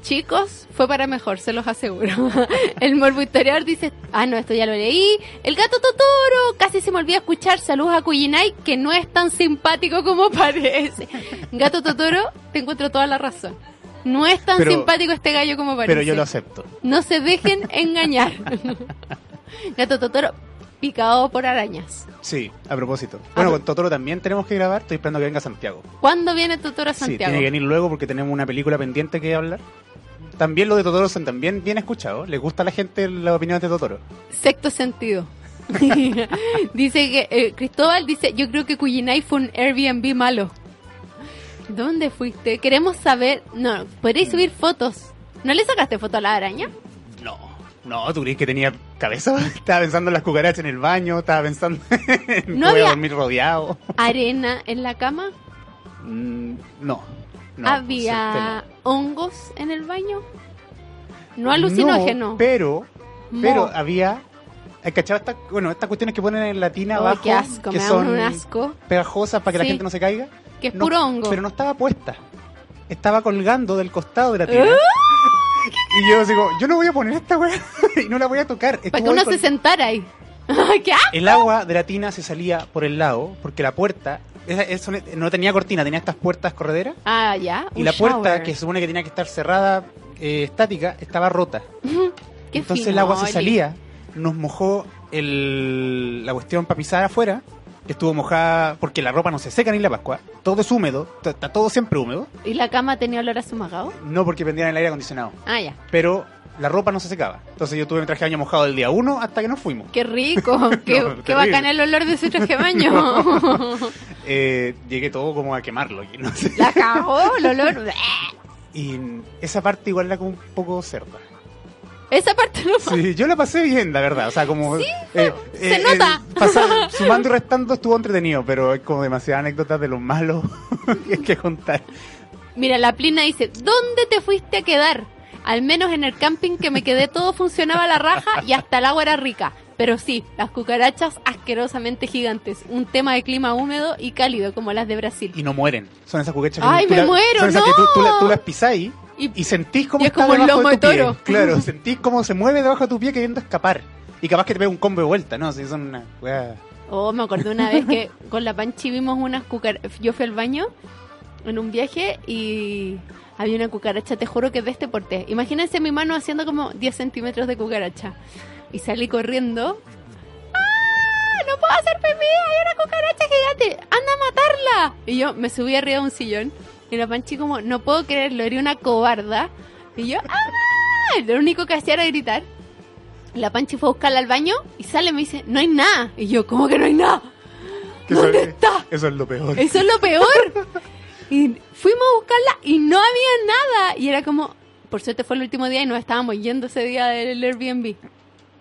Chicos, fue para mejor, se los aseguro. El morbo historiador dice, ah, no, esto ya lo leí. El gato Totoro, casi se me olvidó escuchar saludos a Cuyinay, que no es tan simpático como parece. Gato Totoro, te encuentro toda la razón. No es tan Pero- simpático este gallo como parece. Pero yo lo acepto. No se dejen engañar. Gato Totoro, picado por arañas. Sí, a propósito. Ah, pero- Bueno, con Totoro también tenemos que grabar. Estoy esperando que venga Santiago. ¿Cuándo viene Totoro a Sí, Santiago? tiene que venir luego porque tenemos una película pendiente que hablar. También lo de Totoro son también bien escuchado. Le gusta a la gente las opiniones de Totoro. Sexto sentido. dice que eh, Cristóbal dice, yo creo que Cuyinay fue un Airbnb malo. ¿Dónde fuiste? Queremos saber. No, podréis subir fotos. ¿No le sacaste foto a la araña? No, no, ¿tú crees que tenía cabeza? Estaba pensando en las cucarachas en el baño, estaba pensando en No voy había- a dormir rodeado. Arena en la cama. Mm, no, no. Había hongos en el baño. No alucinógeno. alucinógeno pero, pero Mo. había... ¿Has cachado esta- bueno, estas cuestiones que ponen en la tina Ay, abajo? qué asco, que me da son un asco. pegajosas para que Sí. la gente no se caiga. Que es No, puro hongo. Pero no estaba puesta. Estaba colgando del costado ¡Ah! de la tina. y yo digo, yo no voy a poner esta weá y no la voy a tocar. Para que Estuvo ahí uno con- se sentara ahí. ¿Qué? El agua de la tina se salía por el lado porque la puerta esa- eso no- no tenía cortina, tenía estas puertas correderas. Ah, ya. Y un la puerta, shower. que se supone que tenía que estar cerrada, eh, estática, estaba rota. Qué Entonces el agua se finoli. salía, nos mojó el, la cuestión para pisar afuera estuvo mojada porque la ropa no se seca ni la Pascua. Todo es húmedo, t- está todo siempre húmedo. ¿Y la cama tenía olor a sumagado? No porque prendieran el aire acondicionado, Ah, ya. pero la ropa no se secaba. Entonces yo tuve mi traje de baño mojado del día uno hasta que nos fuimos. ¡Qué rico! ¡Qué, No, qué terrible. bacán el olor de su traje de baño! Eh, llegué todo como a quemarlo. y No sé. ¡La cagó el olor! Y esa parte igual era como un poco cerda. Esa parte no fue... Sí, yo la pasé bien, la verdad. O sea, como. eh, se nota. pasar- sumando y restando estuvo entretenido, pero hay como demasiadas anécdotas de lo malo que hay que contar. Mira, la plina dice, ¿dónde te fuiste a quedar? Al menos en el camping que me quedé todo funcionaba a la raja y hasta el agua era rica. Pero sí, las cucarachas asquerosamente gigantes. Un tema de clima húmedo y cálido como las de Brasil. Y no mueren. Son esas cuquechas que ¡Ay, tú me la- muero, son esas que tú, tú la- no! tú las pisáis Y- y, sentís como y es como el lomo de toro. pie. Claro, sentís como se mueve debajo de tu pie queriendo escapar. Y capaz que te pega un combo de vuelta, ¿no? Si son una. weá. Oh, me acordé una vez que con la Panchi vimos unas cucarachas. Yo fui al baño en un viaje y había una cucaracha, te juro que es de este porte. Imagínense mi mano haciendo como 10 centímetros de cucaracha. Y salí corriendo. ¡Ah! ¡No puedo hacer pipí! ¡Hay una cucaracha gigante! ¡Anda a matarla! Y yo me subí arriba de un sillón. Y la Panchi como, no puedo creerlo, era una cobarda. Y yo, ¡ah! Lo único que hacía era gritar. La Panchi fue a buscarla al baño y sale y me dice, no hay nada. Y yo, ¿cómo que no hay nada? Que eso- ¿Dónde está? Eso es lo peor. Eso es lo peor. Y fuimos a buscarla y no había nada. Y era como, por suerte fue el último día y nos estábamos yendo ese día del Airbnb.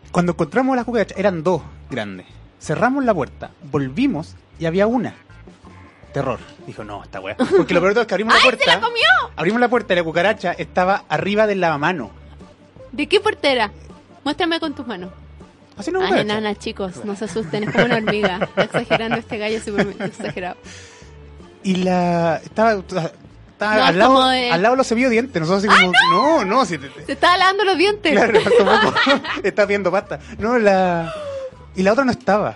Cuando encontramos las cucarachas, eran dos grandes. Cerramos la puerta, volvimos y había una. Terror. Dijo, no, esta weá. Porque lo peor de todo es que abrimos la puerta. ¡La comió! Abrimos la puerta y la cucaracha estaba arriba del lavamano. ¿De qué portera? Muéstrame con tus manos. Así no Ay, cucaracha. nana, chicos, Ah, no se asusten, es como una hormiga. Está exagerando este gallo, súper exagerado. Y la. Estaba. estaba No, al, lado, como de- al lado de los sediodientes. Nosotros así como. no! no! si te- te- Se estaba lavando los dientes. claro, tampoco. Estás viendo pasta. No, la. Y la otra no estaba.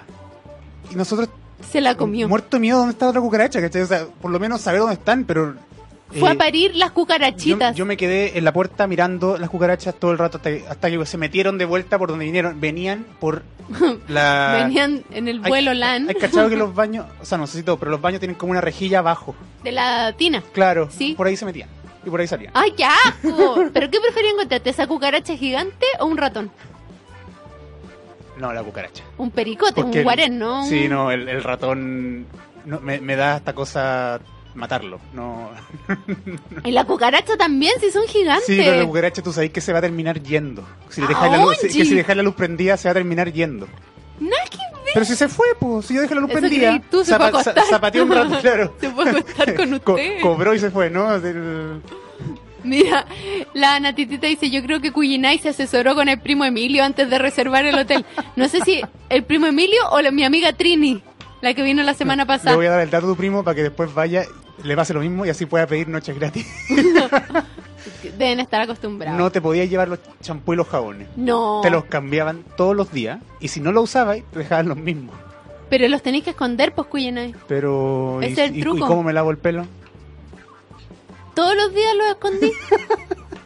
Y nosotros. Se la comió. Muerto de miedo, ¿dónde está la otra cucaracha? ¿Cachai? O sea, por lo menos saber dónde están, pero. Fue eh, a parir las Yo, cucarachitas. yo me quedé en la puerta mirando las cucarachas todo el rato hasta que, hasta que se metieron de vuelta por donde vinieron. Venían por la... Venían en el Hay- vuelo LAN Hay cachado que los baños, o sea, no sé si todo, pero los baños tienen como una rejilla abajo. de la tina. Claro, Sí. Ah. por ahí se metían y por ahí salían. ¡Ay, qué asco! ¿Pero qué preferían encontrarte? ¿Esa cucaracha gigante o un ratón? No, la cucaracha. Un pericote, Porque Ah, un el- guarén, ¿no? Sí, Un- no, el, el ratón no, me, me da esta cosa matarlo. No. Y la cucaracha también, si son gigantes. Sí, pero la cucaracha tú sabes que se va a terminar yendo. Ah, Si le dejas la luz, ¡Aonchi! que si dejas la luz prendida se va a terminar yendo. No, es que Pero si se fue, pues, si yo dejé la luz Eso prendida. creí tú, se fue a zapa- za- acostar. zapateó un rato, claro. se puede acostar con Co- usted. cobró y se fue, ¿no? Del- Mira, la Natitita dice, yo creo que Cuyinay se asesoró con el primo Emilio antes de reservar el hotel. No sé si el primo Emilio o la- mi amiga Trini, la que vino la semana Le pasada. voy a dar el dato a tu primo para que después vaya, le pase lo mismo y así pueda pedir noches gratis. Deben estar acostumbrados. No te podías llevar los champú y los jabones. No, Te los cambiaban todos los días y si no lo usabas, te dejaban los mismos. pero los tenéis que esconder, pues Cuyinay. Pero. Ese ¿y, es el y- y truco. cómo me lavo el pelo? Todos los días los escondí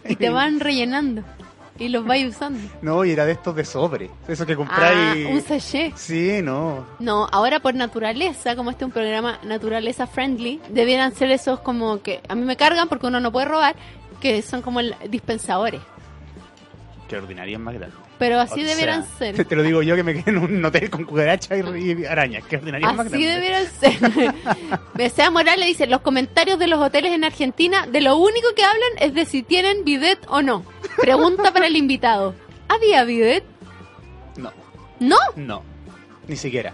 y te van rellenando y los vais usando. No, y era de estos de sobre. Eso que Ah, compráis. un sachet. Sí, no. No, ahora por naturaleza, como este es un programa naturaleza friendly, debieran ser esos como que a mí me cargan porque uno no puede robar, que son como el- dispensadores. Que ordinaria es más grande. Pero así O sea, deberán Te, ser. te lo digo yo que me quedé en un hotel con cucarachas y, y arañas. Que ordinaria es más Así grande. deberán ser. Besea Morales dice, los comentarios de los hoteles en Argentina, de lo único que hablan es de si tienen bidet o no. Pregunta para el invitado. ¿Había bidet? No, No. no. Ni siquiera.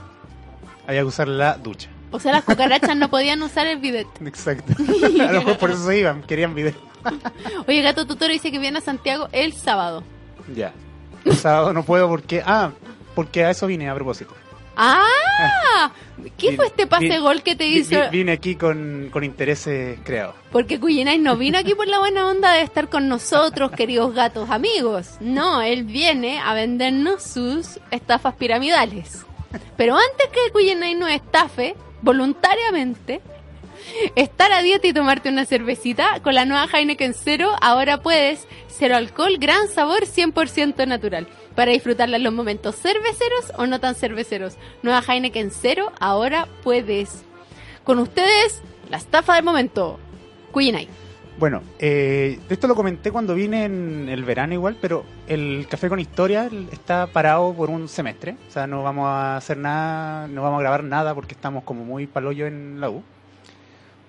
Había que usar la ducha. O sea, las cucarachas no podían usar el bidet. Exacto. A lo mejor por eso se iban, querían video. Oye, Gato Totoro dice que viene a Santiago el sábado. Ya. El sábado no puedo porque. Ah, porque a eso vine a propósito. ¡Ah! ¿Qué Vi- fue este pase vi- gol que te Vi- hizo? vi- Vine aquí con, con intereses creados. Porque Cuyenay no vino aquí por la buena onda de estar con nosotros, queridos gatos amigos. No, él viene a vendernos sus estafas piramidales. Pero antes que Cuyenay nos estafe, voluntariamente, Estar a dieta y tomarte una cervecita con la nueva Heineken Cero, ahora puedes. Cero alcohol, gran sabor, 100% natural. Para disfrutarla en los momentos cerveceros o no tan cerveceros. Nueva Heineken Cero, ahora puedes. Con ustedes, la estafa del momento. Cuyinay. Bueno, eh, esto lo comenté cuando vine en el verano igual, pero el café con historia está parado por un semestre. O sea, no vamos a hacer nada, no vamos a grabar nada porque estamos como muy palollo en la U.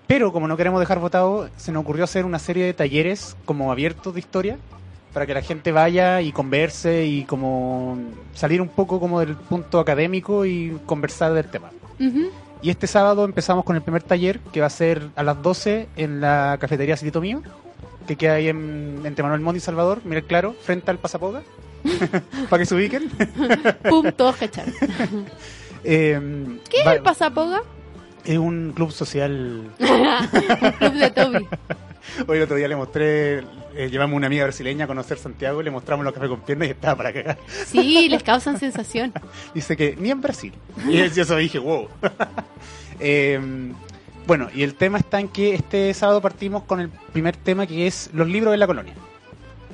Pero como no queremos dejar votado, se nos ocurrió hacer una serie de talleres como abiertos de historia para que la gente vaya y converse y como salir un poco como del punto académico y conversar del tema. Ujú. Y este sábado empezamos con el primer taller que va a ser a las 12 en la cafetería Cirito Mío, que queda ahí en, entre Manuel Montt y Salvador, mira claro, frente al Pasapoga, para que se ubiquen. Punto, cachar. Eh, ¿Qué es va- el pasapoga? Es un club social. Un club de Toby. Hoy el otro día le mostré, eh, llevamos una amiga brasileña a conocer Santiago y le mostramos los cafés con piernas y estaba para cagar. Sí, les causan sensación. Dice que ni en Brasil. Y yo eso dije, wow. Eh, bueno, y el tema está en que este sábado partimos con el primer tema que es los libros de la colonia.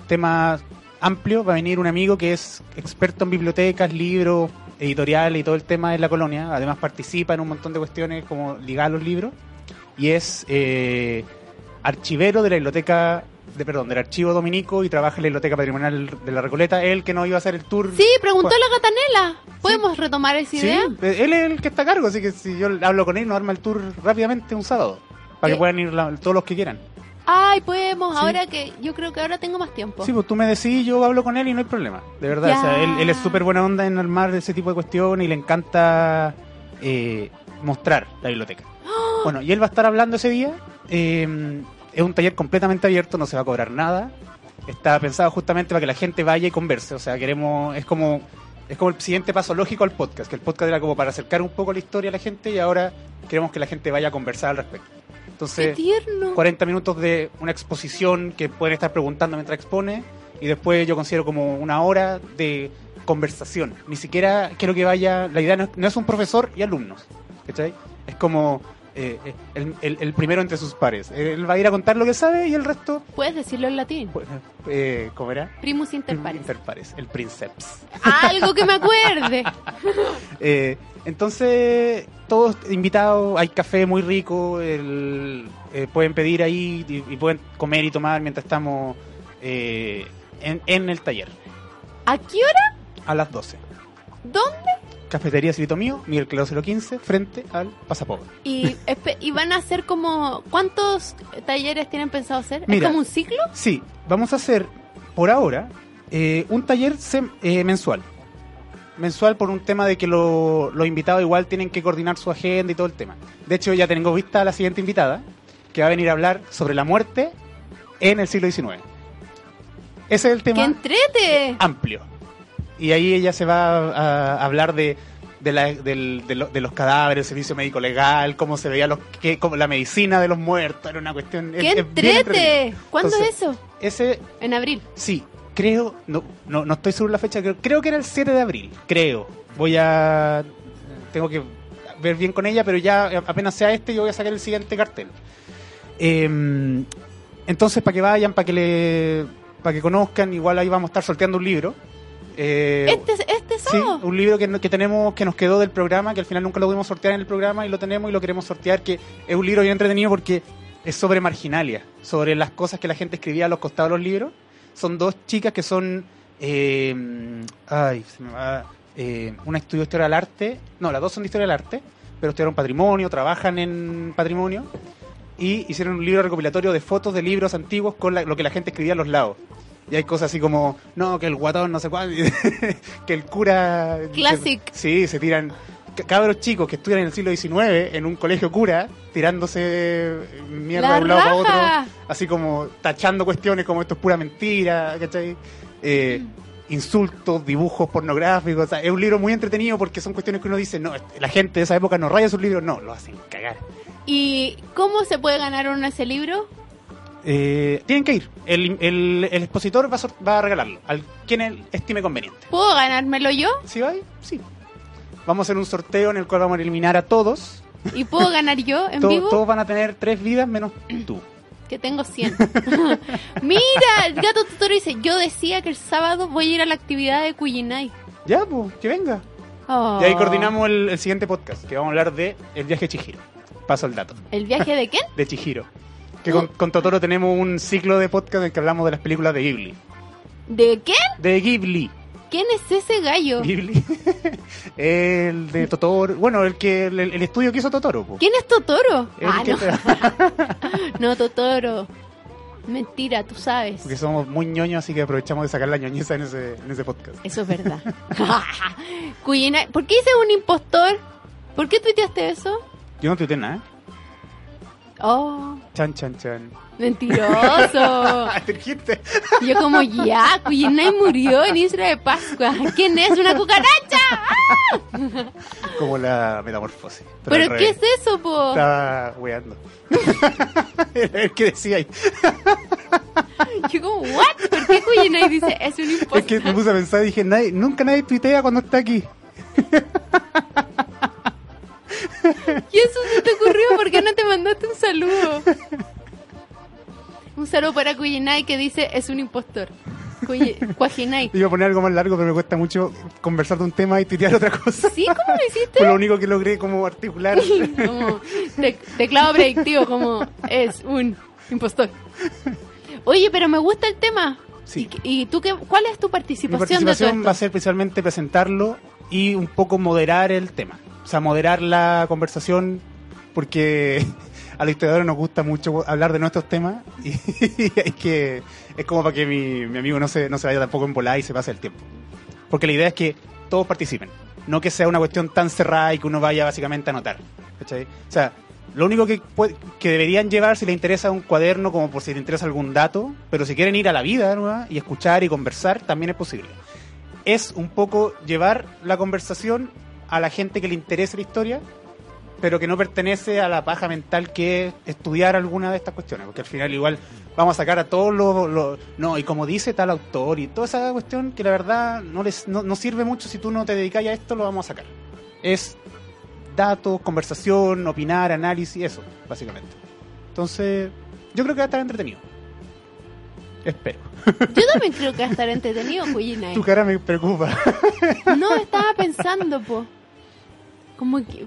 Tema amplio, va a venir un amigo que es experto en bibliotecas, libros, editoriales y todo el tema de la colonia. Además participa en un montón de cuestiones como ligar a los libros. Y es eh, archivero de la biblioteca, de, perdón, del archivo dominico y trabaja en la biblioteca patrimonial de la Recoleta. Él que no iba a hacer el tour. Sí, preguntó la gatanela. ¿Podemos retomar esa Sí, idea? eh, él es el que está a cargo, así que si yo hablo con él, nos arma el tour rápidamente un sábado. Para Eh. que puedan ir la- todos los que quieran. Ay, podemos, Sí. ahora que yo creo que ahora tengo más tiempo. Sí, pues tú me decís, yo hablo con él y no hay problema. De verdad, o sea, Ya. él, él es súper buena onda en armar ese tipo de cuestiones y le encanta eh, mostrar la biblioteca. ¡Ah! Bueno, y él va a estar hablando ese día. eh, es un taller completamente abierto, no se va a cobrar nada. Está pensado justamente para que la gente vaya y converse. O sea, queremos, es como, es como el siguiente paso lógico al podcast, que el podcast era como para acercar un poco la historia a la gente y ahora queremos que la gente vaya a conversar al respecto. Qué Entonces, tierno. 40 minutos de una exposición que pueden estar preguntando mientras expone y después yo considero como una hora de conversación. Ni siquiera quiero que vaya, la idea no es, no es un profesor y alumnos, ¿cachai? Es como eh, eh, el, el- el primero entre sus pares. Él va a ir a contar lo que sabe y el resto, Puedes decirlo en latín. pues, eh, ¿cómo era? Primus inter pares. Interpares, el princeps. Algo que me acuerde. Eh, entonces, todos invitados, hay café muy rico, el- eh, pueden pedir ahí y, y pueden comer y tomar mientras estamos eh, en, en el taller, ¿A qué hora? a las 12. ¿Dónde? Cafetería Cirito Mío, Miguel Claro 015, frente al Pasapobre. Y, espe- y van a hacer como... ¿Cuántos talleres tienen pensado hacer? ¿Es Mira. como un ciclo? Sí, vamos a hacer por ahora eh, un taller sem- eh, mensual. Mensual por un tema de que lo- los invitados igual tienen que coordinar su agenda y todo el tema. De hecho, ya tengo vista a la siguiente invitada, que va a venir a hablar sobre la muerte en el siglo XIX. Ese es el ¡Que tema Ah, entrete! amplio. Y ahí ella se va a, a hablar de, de, la- del- de lo- de los cadáveres, el servicio médico legal, cómo se veía los, qué- cómo la medicina de los muertos. Era una cuestión... es- ¡Que es bien entretenido. entrete! ¿Cuándo es Entonces- eso? Ese En abril. Sí, creo, no, no, no estoy seguro de la fecha, creo, creo que era el 7 de abril, creo. Voy a... Tengo que ver bien con ella, pero ya eh, apenas sea este yo voy a sacar el siguiente cartel. Eh, entonces, para que vayan, para que le... Para que conozcan, igual ahí vamos a estar sorteando un libro. Eh, Este, este Sí, sábado. un libro que, no- que tenemos, que nos quedó del programa, que al final nunca lo pudimos sortear en el programa y lo tenemos y lo queremos sortear, que es un libro bien entretenido porque es sobre marginalia, sobre las cosas que la gente escribía a los costados de los libros. Son dos chicas que son, eh, ay, se me va, eh, una estudió historia del arte, no, las dos son de historia del arte, pero estudiaron patrimonio, trabajan en patrimonio y hicieron un libro recopilatorio de fotos de libros antiguos con la- lo que la gente escribía a los lados. Y hay cosas así como, no, que el guatón no sé cuál, que el cura... Classic. sí, se tiran ca- cabros chicos que estudian en el siglo XIX en un colegio cura, tirándose mierda La de un lado para raja. otro, así como tachando cuestiones como esto es pura mentira, ¿cachai? Eh, Mm. insultos, dibujos pornográficos, o sea, es un libro muy entretenido porque son cuestiones que uno dice, no, la gente de esa época no raya sus libros, no, lo hacen cagar. ¿Y cómo se puede ganar uno ese libro? Eh, tienen que ir. El, el- el expositor va a, sor- va a regalarlo al quien él estime conveniente. ¿Puedo ganármelo yo? ¿Sí va ahí? Sí. Vamos a hacer un sorteo en el cual vamos a eliminar a todos. ¿Y puedo ganar yo en To- vivo? Todos van a tener tres vidas menos tú. Que tengo 100. Mira, el gato Totoro dice, yo decía que el sábado voy a ir a la actividad de Cuyinay. Ya, pues, que venga. Oh. Y ahí coordinamos el, el siguiente podcast, que vamos a hablar de el viaje a Chihiro. Paso el dato. ¿El viaje de quién? De Chihiro. Que con, con Totoro tenemos un ciclo de podcast en el que hablamos de las películas de Ghibli. ¿De quién? De Ghibli. ¿Quién es ese gallo? Ghibli. el de Totoro. Bueno, el que el, el estudio que hizo Totoro. po. ¿Quién es Totoro? El ah, que no. tra- No, Totoro. Mentira, tú sabes. Porque somos muy ñoños, así que aprovechamos de sacar la ñoñeza en ese, en ese podcast. Eso es verdad. Cuyinay. ¿Por qué dices un impostor? ¿Por qué tuiteaste eso? Yo no tuiteé nada, ¿eh? Oh, Chan, chan, chan. mentiroso. Ah, te dijiste. Yo como, ya, Cuyinay murió en Isla de Pascua. ¿Quién es? ¡Una cucaracha! Como la metamorfosis. Pero al ¿Pero qué revés. es eso, po? Estaba weando. Era el que decía ahí. Yo como, ¿what? ¿Por qué Cuyinay dice es un Es que impostor? me puse a pensar y dije, nadie, nunca nadie tuitea cuando está aquí. ¿Y eso se te ocurrió? ¿Por qué no te mandaste un saludo? Un saludo para Cuyinay que dice es un impostor. Cuyi- Cuajinay. Iba a poner algo más largo, pero me cuesta mucho conversar de un tema y tuitear otra cosa. ¿Sí? ¿Cómo lo Fue hiciste? lo único que logré como articular. Como tec- teclado predictivo, como es un impostor. Oye, pero me gusta el tema. Sí. ¿Y, y tú qué, cuál es tu Mi participación, participación va de a ser principalmente presentarlo y un poco moderar el tema. O sea, moderar la conversación porque a los historiadores nos gusta mucho hablar de nuestros temas y, hay que, es como para que mi, mi amigo no se, no se vaya tampoco en volada y se pase el tiempo. Porque la idea es que todos participen, no que sea una cuestión tan cerrada y que uno vaya básicamente a anotar. ¿cachai? O sea, lo único que, pue- que deberían llevar si les interesa un cuaderno, como por si les interesa algún dato, pero si quieren ir a la vida nueva y escuchar y conversar, también es posible. Es un poco llevar la conversación a la gente que le interese la historia, pero que no pertenece a la paja mental que es estudiar alguna de estas cuestiones, porque al final igual vamos a sacar a todos los... los- no, y como dice tal autor y toda esa cuestión que la verdad no, les, no, no sirve mucho si tú no te dedicas a esto, lo vamos a sacar. Es datos, conversación, opinar, análisis, eso, básicamente. Entonces, yo creo que va a estar entretenido. Espero. Yo también creo que va a estar entretenido, Cuyinay. Tu cara me preocupa. No, estaba pensando, po. Como que.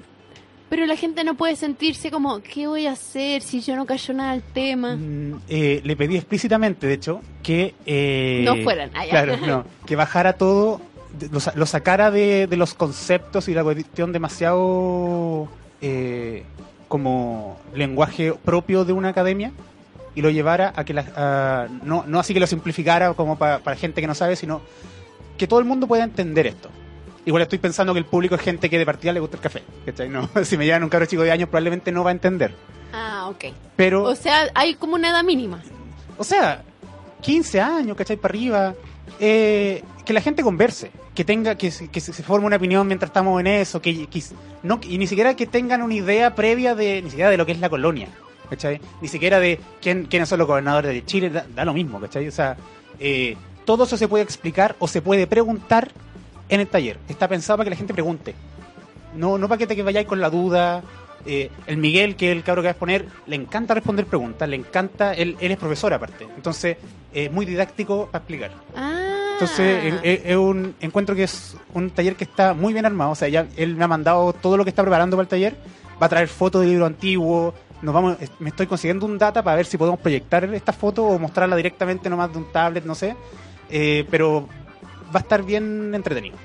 Pero la gente no puede sentirse como, ¿qué voy a hacer si yo no callo nada al tema? Mm, eh, le pedí explícitamente, de hecho, que... eh, No fueran, ah, ya. Claro, no, que bajara todo, de- lo, sa- lo sacara de, de los conceptos y la cuestión demasiado eh, como lenguaje propio de una academia y lo llevara a que la, a- no, no así que lo simplificara como pa- para gente que no sabe, sino que todo el mundo pueda entender esto. Igual estoy pensando que el público es gente que de partida le gusta el café. ¿cachai? No, si me llevan un cabro chico de años probablemente no va a entender. Ah, ok. Pero O sea, hay como una edad mínima. o sea, 15 años, ¿cachai? Para arriba. Eh, que la gente converse, que tenga, que, se- que se se forme una opinión mientras estamos en eso, que, que no, y ni siquiera que tengan una idea previa de, ni siquiera de lo que es la colonia, ¿cachai? Ni siquiera de quién, quiénes son los gobernadores de Chile, da, da lo mismo, ¿cachai? O sea, eh, todo eso se puede explicar o se puede preguntar en el taller. Está pensado para que la gente pregunte. No, no para que te que vayáis con la duda. Eh, el Miguel, que es el cabro que va a exponer, le encanta responder preguntas, le encanta, él, él es profesor aparte, entonces es muy didáctico para explicar. Ah. Entonces es- es, es un encuentro que es un taller que está muy bien armado, o sea, ya él me ha mandado todo lo que está preparando para el taller, va a traer fotos de libro antiguo, nos vamos, es- me estoy consiguiendo un data para ver si podemos proyectar esta foto o mostrarla directamente nomás de un tablet, no sé, Eh, pero va a estar bien entretenido.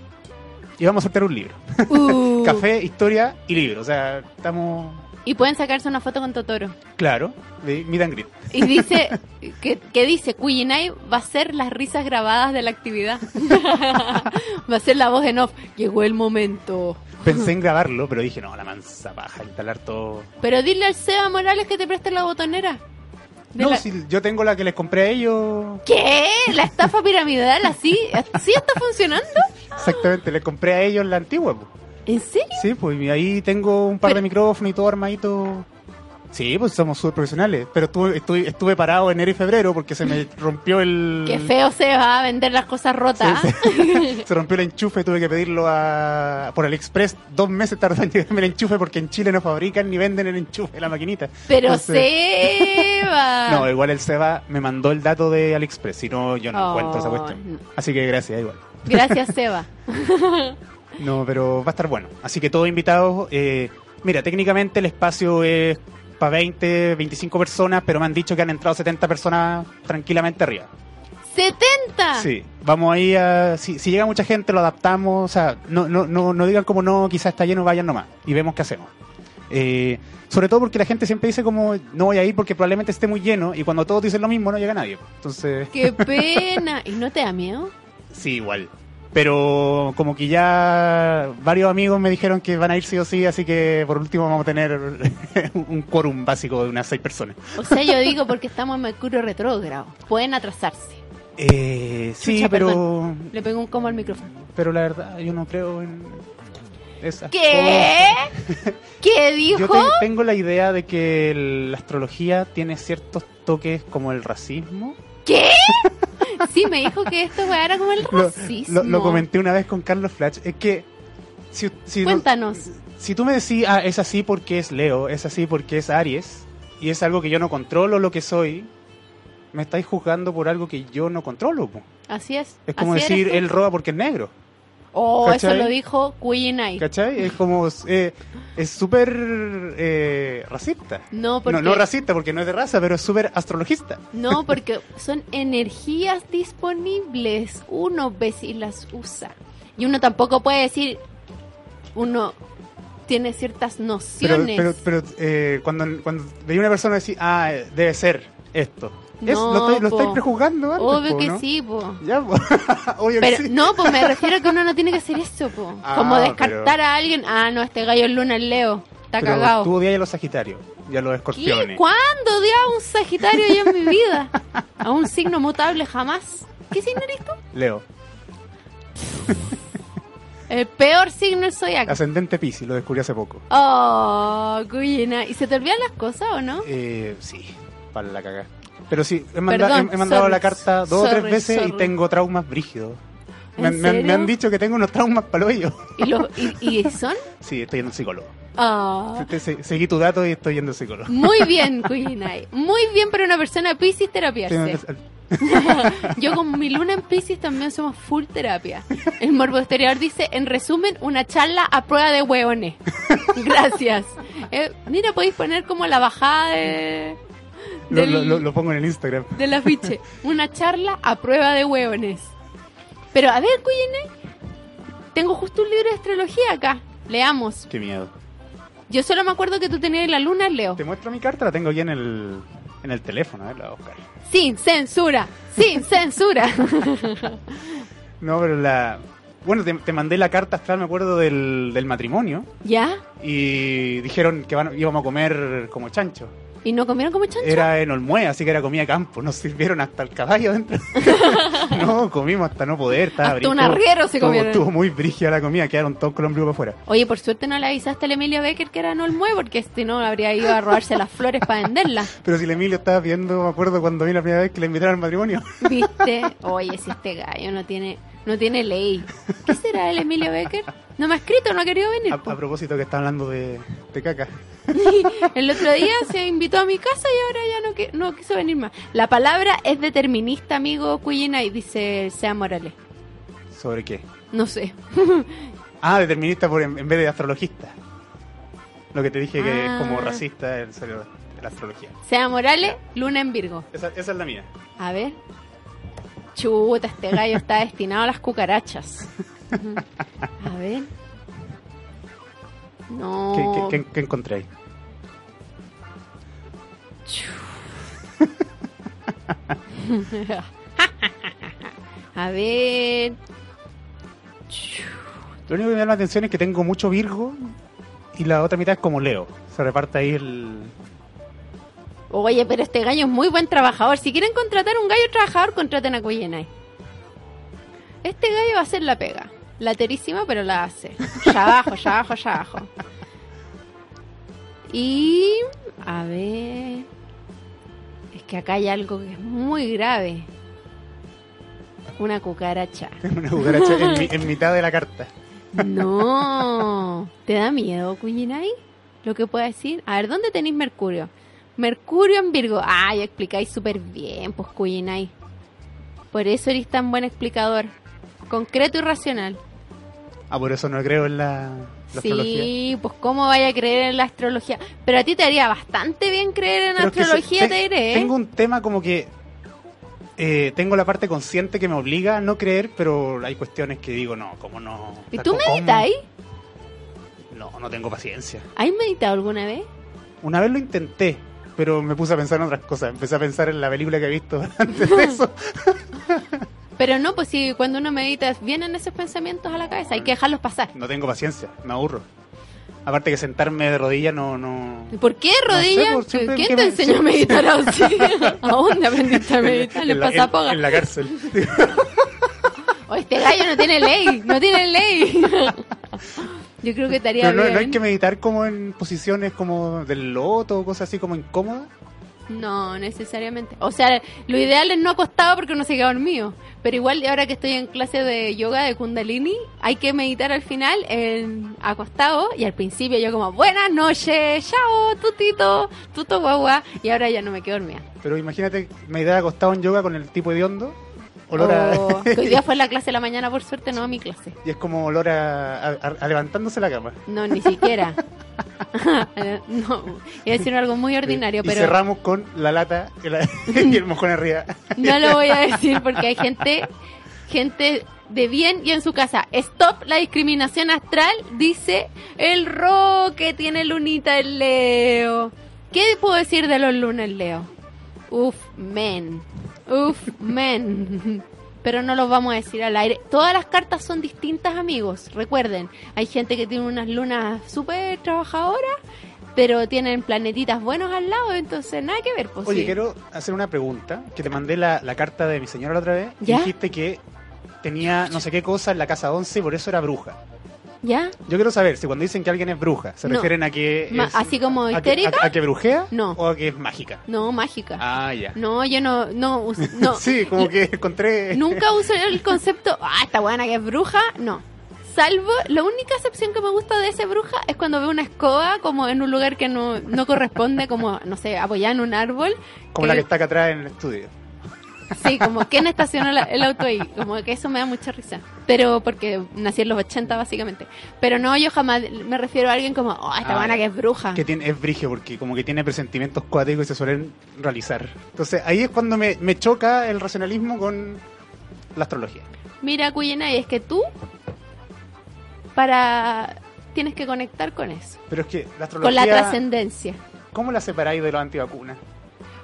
Y vamos a sortear un libro. Uh. Café, historia y libro. O sea, estamos. Y pueden sacarse una foto con Totoro. Claro, de meet and greet. Y dice, que, que dice, Cuyinay va a ser las risas grabadas de la actividad. va a ser la voz en off. Llegó el momento. Pensé en grabarlo, pero dije, no, la mansa paja, instalar todo. Pero dile al Seba Morales que te preste la botonera. De No, la- si yo tengo la que les compré a ellos. ¿Qué? ¿La estafa piramidal así? ¿Así está funcionando? Exactamente, les compré a ellos la antigua. po. ¿En serio? Sí, pues y ahí tengo un par de micrófonos y todo armadito. Sí, pues somos súper profesionales. Pero estuve, estuve, estuve parado enero y febrero porque se me rompió el. Qué feo se va a vender las cosas rotas. Se rompió el enchufe, tuve que pedirlo a, por AliExpress. Dos meses tardó en llegarme el enchufe porque en Chile no fabrican ni venden el enchufe, la maquinita. Pero Entonces- se va. No, eh. igual el Seba me mandó el dato de AliExpress, si no, yo no Oh, cuento esa cuestión. Así que gracias, igual. Gracias, Seba. No, pero va a estar bueno. Así que todos invitados. eh, mira, técnicamente el espacio es para 20, 25 personas, pero me han dicho que han entrado 70 personas tranquilamente arriba. ¡70! Sí, vamos ahí a... Si, si llega mucha gente, lo adaptamos. O sea, no, no, no, no digan como no, quizás está lleno, vayan nomás. Y vemos qué hacemos. Eh, sobre todo porque la gente siempre dice como no voy a ir porque probablemente esté muy lleno y cuando todos dicen lo mismo no llega nadie. Entonces... ¡Qué pena! ¿Y no te da miedo? Sí, igual. Pero como que ya varios amigos me dijeron que van a ir sí o sí, así que por último vamos a tener un quórum básico de unas seis personas. O sea, yo digo porque estamos en Mercurio retrógrado. Pueden atrasarse. Eh, sí, Chucha, pero perdón. Le pegó un como al micrófono. pero la verdad yo no creo en esas ¿Qué? ¿Qué cosas. dijo? Yo te- tengo la idea de que el- la astrología tiene ciertos toques como el racismo. ¿Qué? Sí, me dijo que esto weá, era como el Lo, racismo. lo- lo comenté una vez con Carlos Flash. Es que si, si Cuéntanos. si tú me decís, ah, es así porque es Leo, es así porque es Aries, y es algo que yo no controlo lo que soy, me estáis juzgando por algo que yo no controlo. po. Así es. Es como así eres decir, tú. él roba porque es negro, Oh, ¿cachai? eso lo dijo Queen Eye. ¿cachai? Es como, eh, es súper eh, racista. No, porque No, no racista porque no es de raza, pero es súper astrologista. No, porque son energías disponibles. Uno ve si las usa. Y uno tampoco puede decir, uno tiene ciertas Pero, nociones. pero, pero eh, cuando, cuando veía una persona decir, ah, eh, debe ser esto. Es- No, lo estáis, lo po. estáis prejuzgando antes, Obvio po, que Pues, ¿no? sí, po. Ya, po. Obvio que Pero sí. no, pues me refiero a que uno no tiene que hacer eso, po. Ah, Como descartar pero- a alguien. Ah, no, este gallo es luna, es Leo. Está Pero cagado. Tú odias a los Sagitarios y a los ¿Qué? escorpiones. ¿Cuándo di a un Sagitario yo en mi vida? A un signo mutable jamás. ¿Qué signo eres tú? Leo, El peor signo soy acá. ascendente Piscis, lo descubrí hace poco. Oh, Guyena. ¿Y se te olvidan las cosas o no? Eh, sí, para la cagada. Pero sí, he, manda- Perdón, he- he mandado sorry, la carta dos o sorry, tres veces y sorry. tengo traumas brígidos. ¿En Me, han- me han- me serio? han dicho que tengo unos traumas para hoyo. ¿Y, lo- y, y son? Sí, estoy yendo al psicólogo. Oh. Te- se- seguí tu dato y estoy yendo al psicólogo. Muy bien, Guyena. Muy bien para una persona Pisces terapiarse. Yo con mi luna en Pisces también somos full terapia. El morbo exterior dice, en resumen, una charla a prueba de hueones. Gracias. Eh, mira, podéis poner como la bajada de... Lo, del- lo- lo- lo pongo en el Instagram. del afiche. Una charla a prueba de hueones. Pero a ver, Cuyene, tengo justo un libro de astrología acá. Leamos. Qué miedo. Yo solo me acuerdo que tú tenías la luna, Leo. Te muestro mi carta, la tengo aquí en el, en el teléfono. A ver, la voy a buscar. Sin censura, sin censura. No, pero la... Bueno, te, te mandé la carta astral, me acuerdo, del, del matrimonio. ¿Ya? y dijeron que van- íbamos a comer como chancho. ¿Y no comieron como chancho? Era en Olmué, así que era comida de campo. Nos sirvieron hasta el caballo dentro. no, comimos hasta no poder. Estaba Hasta un brígido. arriero se Estuvo- comieron. Estuvo muy brígida la comida, quedaron todos con el ombligo para afuera. Oye, por suerte no le avisaste al Emilio Becker que era en Olmué, porque si no habría ido a robarse las flores para venderlas. Pero si el Emilio estaba viendo, me acuerdo cuando vi la primera vez que le invitaron al matrimonio. ¿Viste? Oye, si este gallo no tiene, no tiene ley. ¿Qué será el Emilio Becker? No me ha escrito, no ha querido venir. A, po. a propósito que está hablando de, de caca. El otro día se invitó a mi casa y ahora ya no, qui- no quiso venir más. La palabra es determinista, amigo Cuyina, y dice Sea Morales. ¿Sobre qué? No sé. Ah, determinista por, en, en vez de astrologista. Lo que te dije que es como Ah. racista el, ser- la astrología. Sea Morales, Luna en Virgo. Esa, esa es la mía. A ver. Chuta, este gallo está destinado a las cucarachas. Ujú. A ver. No. ¿Qué, qué- qué- qué encontré ahí? A ver. Lo único que me llama la atención es que tengo mucho Virgo y la otra mitad es como Leo. Se reparte ahí el. Oye, pero este gallo es muy buen trabajador. Si quieren contratar un gallo trabajador, contraten a Cuyenay. Este gallo va a hacer la pega. Laterísima, pero la hace. Ya abajo, ya abajo, ya abajo. Y. A ver. Es que acá hay algo que es muy grave. Una cucaracha. Una cucaracha en, mi- en mitad de la carta. No. ¿Te da miedo, Kujirai? Lo que pueda decir. A ver, ¿dónde tenéis Mercurio? Mercurio en Virgo. Ah, ya explicáis súper bien, pues, Kujirai. Por eso eres tan buen explicador. Concreto y racional. Ah, por eso no creo en la, la astrología. Sí, pues cómo vaya a creer en la astrología. Pero a ti te haría bastante bien creer en Pero es que se- astrología, te- te diré. ¿eh? Tengo un tema como que eh, tengo la parte consciente que me obliga a no creer, pero hay cuestiones que digo, no, ¿cómo no? ¿Y O sea, tú ¿cómo? meditas ahí? No, no tengo paciencia. ¿Has meditado alguna vez? Una vez lo intenté, pero me puse a pensar en otras cosas. Empecé a pensar en la película que he visto antes de eso. Pero no, pues si cuando uno medita vienen esos pensamientos a la cabeza, hay que dejarlos pasar. No tengo paciencia, me aburro. Aparte que sentarme de rodillas no... no... ¿Y ¿Por qué No sé, rodillas? pues, siempre ¿Quién que te me- enseñó a meditar así? ¿A dónde aprendiste a meditar? Le en, la, pasa en- poca. en la cárcel. O este gallo no tiene ley, no tiene ley. Yo creo que estaría Pero no, bien. no hay que meditar como en posiciones como del loto o cosas así como incómodas. No, necesariamente. O sea, lo ideal es no acostado porque uno se queda dormido. Pero igual, ahora que estoy en clase de yoga de Kundalini, hay que meditar al final en acostado. Y al principio yo, como, buenas noches, chao, tutito, tuto guagua. Y ahora ya no me quedo dormida. Pero imagínate meditar acostado en yoga con el tipo de hondo. Olor a- O- Oh, que hoy día fue la clase de la mañana, por suerte, no a mi clase. y es como olor a, a- a levantándose la cama. No, ni siquiera. no, iba a decir algo muy ordinario, y pero. cerramos con la lata y, la- y el mojón arriba. No lo voy a decir porque hay gente, gente de bien y en su casa. Stop la discriminación astral, dice el ro que tiene lunita en Leo. ¿Qué puedo decir de los lunes Leo? Uf, men. Uf, men. Pero no los vamos a decir al aire. Todas las cartas son distintas, amigos. Recuerden, hay gente que tiene unas lunas súper trabajadoras, pero tienen planetitas buenos al lado, entonces nada que ver. Pues, Oye, sí. quiero hacer una pregunta. Que te mandé la, la carta de mi señora la otra vez. y ¿Ya? dijiste que tenía no sé qué cosa en la casa 11 y por eso era bruja. ¿Ya? Yo quiero saber si cuando dicen que alguien es bruja, ¿se No. refieren a que Ma- es- así como a que- histérica. a- a que brujea? No. ¿O a que es mágica? No, mágica. Ah, ya. No, yo no, no, us- no. Sí, como que encontré... Nunca uso el concepto, ah, esta buena que es bruja, no. Salvo, la única excepción que me gusta de ese bruja es cuando veo una escoba como en un lugar que no, no corresponde, como, no sé, apoyada en un árbol. Como la que- que está acá atrás en el estudio. Sí, como ¿quién estacionó la- el auto ahí? Como que eso me da mucha risa. Pero porque nací en los 80 básicamente. Pero no, yo jamás me refiero a alguien como, oh, esta Ah, buena ya. que es bruja. Que tiene, es brigio porque como que tiene presentimientos cuáticos y se suelen realizar. Entonces ahí es cuando me, me choca el racionalismo con la astrología. Mira, Cuyena, y es que tú, para, tienes que conectar con eso. Pero es que la Con la astrología, trascendencia. ¿cómo la separáis de los antivacunas?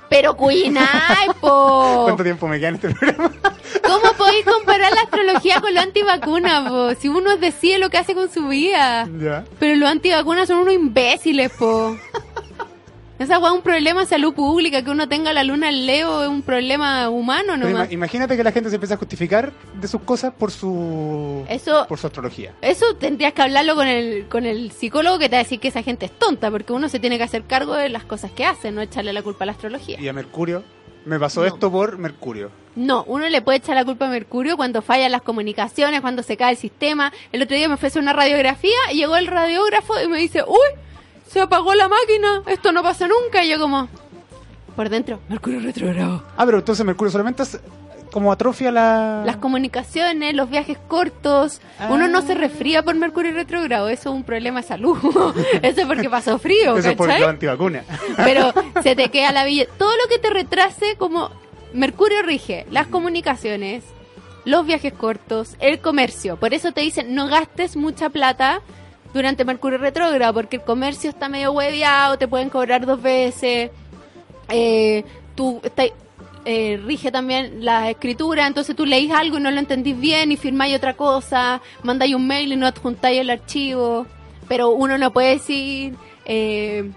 Pero Cuyinay, po. ¿Cuánto tiempo me queda en este programa? ¿Cómo podéis comparar la astrología con los antivacunas, po? Si uno decide lo que hace con su vida. ya. Pero los antivacunas son unos imbéciles, po. Esa weá es un problema de salud pública, que uno tenga la luna en Leo es un problema humano Pero nomás. ima- imagínate que la gente se empieza a justificar de sus cosas por su Eso- por su astrología. Eso tendrías que hablarlo con el, con el psicólogo que te va a decir que esa gente es tonta, porque uno se tiene que hacer cargo de las cosas que hace, no echarle la culpa a la astrología. Y a Mercurio me pasó No. esto por Mercurio. No, uno le puede echar la culpa a Mercurio cuando fallan las comunicaciones, cuando se cae el sistema. El otro día me ofreció una radiografía y llegó el radiógrafo y me dice, uy, se apagó la máquina, esto no pasa nunca. Y yo como, por dentro, Mercurio retrogrado. Ah, pero entonces Mercurio solamente es como atrofia la Las comunicaciones, los viajes cortos, uno no Ah. se resfría por Mercurio retrogrado, eso es un problema de salud. eso es porque pasó frío, Eso es por ¿cachai? la antivacuna. pero se te queda la billete. Todo lo que te retrase, como Mercurio rige, las comunicaciones, los viajes cortos, el comercio. Por eso te dicen, no gastes mucha plata durante Mercurio retrógrado, porque el comercio está medio hueviado, te pueden cobrar dos veces. Eh, tú está- eh, rige también la escritura, entonces tú leís algo y no lo entendís bien y firmáis otra cosa, mandáis un mail y no adjuntáis el archivo, pero uno no puede decir, eh,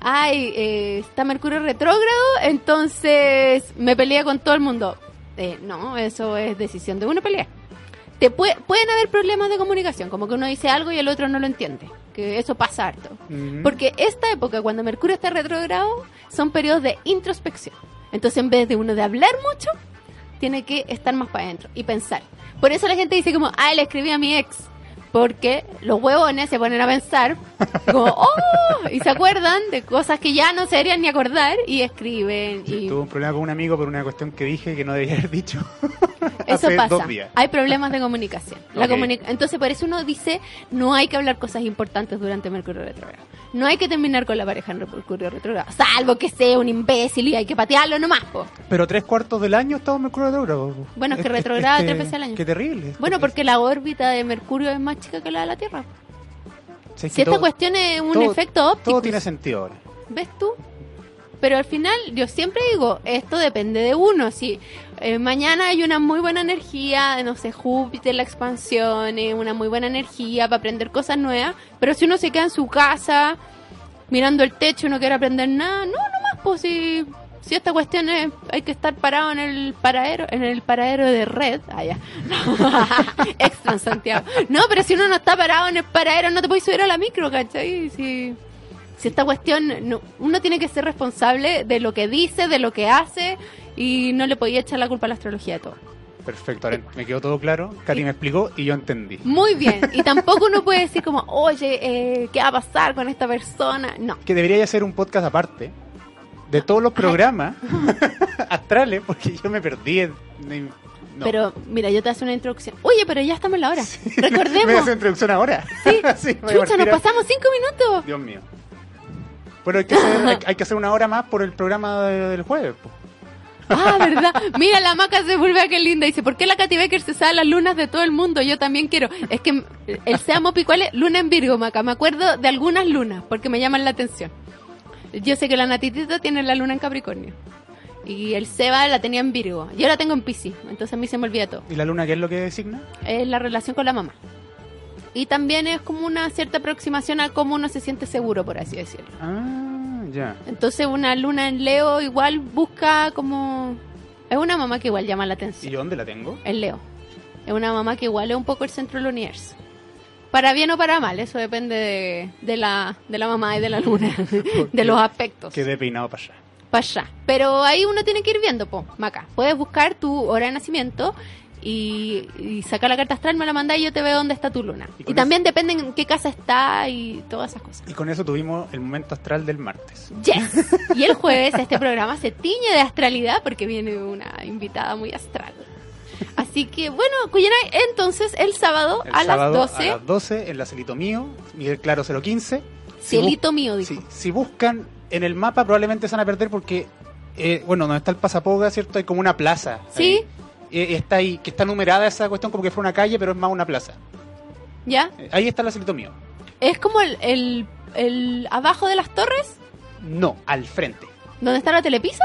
ay, eh, está Mercurio retrógrado, entonces me pelea con todo el mundo. Eh, no, eso es decisión de uno pelea. Te pue- pueden haber problemas de comunicación, como que uno dice algo y el otro no lo entiende. porque eso pasa harto. Ujú. Porque esta época, cuando Mercurio está retrogrado, son periodos de introspección. Entonces, en vez de uno de hablar mucho, tiene que estar más para adentro y pensar. Por eso la gente dice como, ah, le escribí a mi ex. Porque los huevones se ponen a pensar, como, oh, y se acuerdan de cosas que ya no se deberían ni acordar y escriben. Y Tuve un problema con un amigo por una cuestión que dije que no debía haber dicho. eso hace pasa. dos días. Hay problemas de comunicación. La Ok. comuni- Entonces, por eso uno dice, no hay que hablar cosas importantes durante Mercurio retrógrado. No hay que terminar con la pareja en Mercurio retrógrado. Salvo que sea un imbécil y hay que patearlo nomás, po. Pero tres cuartos del año estaba Mercurio retrógrado. Bueno, es que Este- retrograda este- tres veces al año. Qué terrible. Bueno, porque la órbita de Mercurio es más chica que la de la Tierra. Si es que Si esta todo- cuestión es un todo- efecto óptico, Todo tiene sentido ahora. ¿ves tú? Pero al final, yo siempre digo, esto depende de uno. Si eh, mañana hay una muy buena energía, no sé, Júpiter, la expansión, eh, una muy buena energía para aprender cosas nuevas, pero si uno se queda en su casa mirando el techo y no quiere aprender nada, no, no más, pues si, si esta cuestión es, hay que estar parado en el paradero, en el paradero de red, allá, extra en Santiago. No, pero si uno no está parado en el paradero, no te puedes subir a la micro, ¿cachai? Si, si esta cuestión, no- uno tiene que ser responsable de lo que dice, de lo que hace, y no le podía echar la culpa a la astrología de todo. Perfecto, ahora me quedó todo claro. Katy me explicó y yo entendí. Muy bien, y tampoco uno puede decir como, oye, eh, ¿qué va a pasar con esta persona? No. Que debería ya ser un podcast aparte de todos los programas astrales, porque yo me perdí. en- en- no. Pero mira, yo te hago una introducción. Oye, pero ya estamos en la hora. ¿Me das Recordemos. esa introducción ahora? Sí. voy a Chucha, nos partir a- pasamos cinco minutos. Dios mío. Pero hay que, hacer, hay- hay que hacer una hora más por el programa de- del jueves. po. Ah, verdad. Mira, la maca se vuelve a qué linda. Dice, ¿por qué la Katy Becker se sabe las lunas de todo el mundo? Yo también quiero. Es que el Seamo Picuales, luna en Virgo, maca. Me acuerdo de algunas lunas porque me llaman la atención. Yo sé que la Natitita tiene la luna en Capricornio. Y el Seba la tenía en Virgo. Yo la tengo en Piscis. Entonces a mí se me olvida todo. ¿Y la luna qué es lo que designa? Es la relación con la mamá. Y también es como una cierta aproximación a cómo uno se siente seguro, por así decirlo. Ah, ya. Entonces una luna en Leo igual busca como... Es una mamá que igual llama la ¿Y atención. yo dónde la tengo? El Leo. Es una mamá que igual es un poco el centro del universo. Para bien o para mal, eso depende de, de la, de la mamá y de la luna, de los aspectos. Quedé peinado para allá. Para allá. Pero ahí uno tiene que ir viendo, po, Maca. Puedes buscar tu hora de nacimiento y, y sacar la carta astral, me la manda y yo te veo dónde está tu luna. Y Y, con también depende en qué casa está y todas esas cosas. Y con eso tuvimos el momento astral del martes. Yes. Y el jueves este programa se tiñe de astralidad porque viene una invitada muy astral. Así que bueno, Cuyenay, entonces el sábado El a las sábado 12, A las 12 en la Celito Mío, Miguel Claro 015. Si cielito bus- mío, dijo. Sí, si buscan en el mapa probablemente se van a perder porque, eh, bueno, donde está el Pasapoga, ¿cierto? Hay como una plaza. Sí. ahí. Eh, está ahí, que está numerada esa cuestión como que fuera una calle, pero es más una plaza. ¿Ya? Eh, ahí está el Celito Mío. Es como el, el, el abajo de las torres, No, al frente. donde está la telepisa.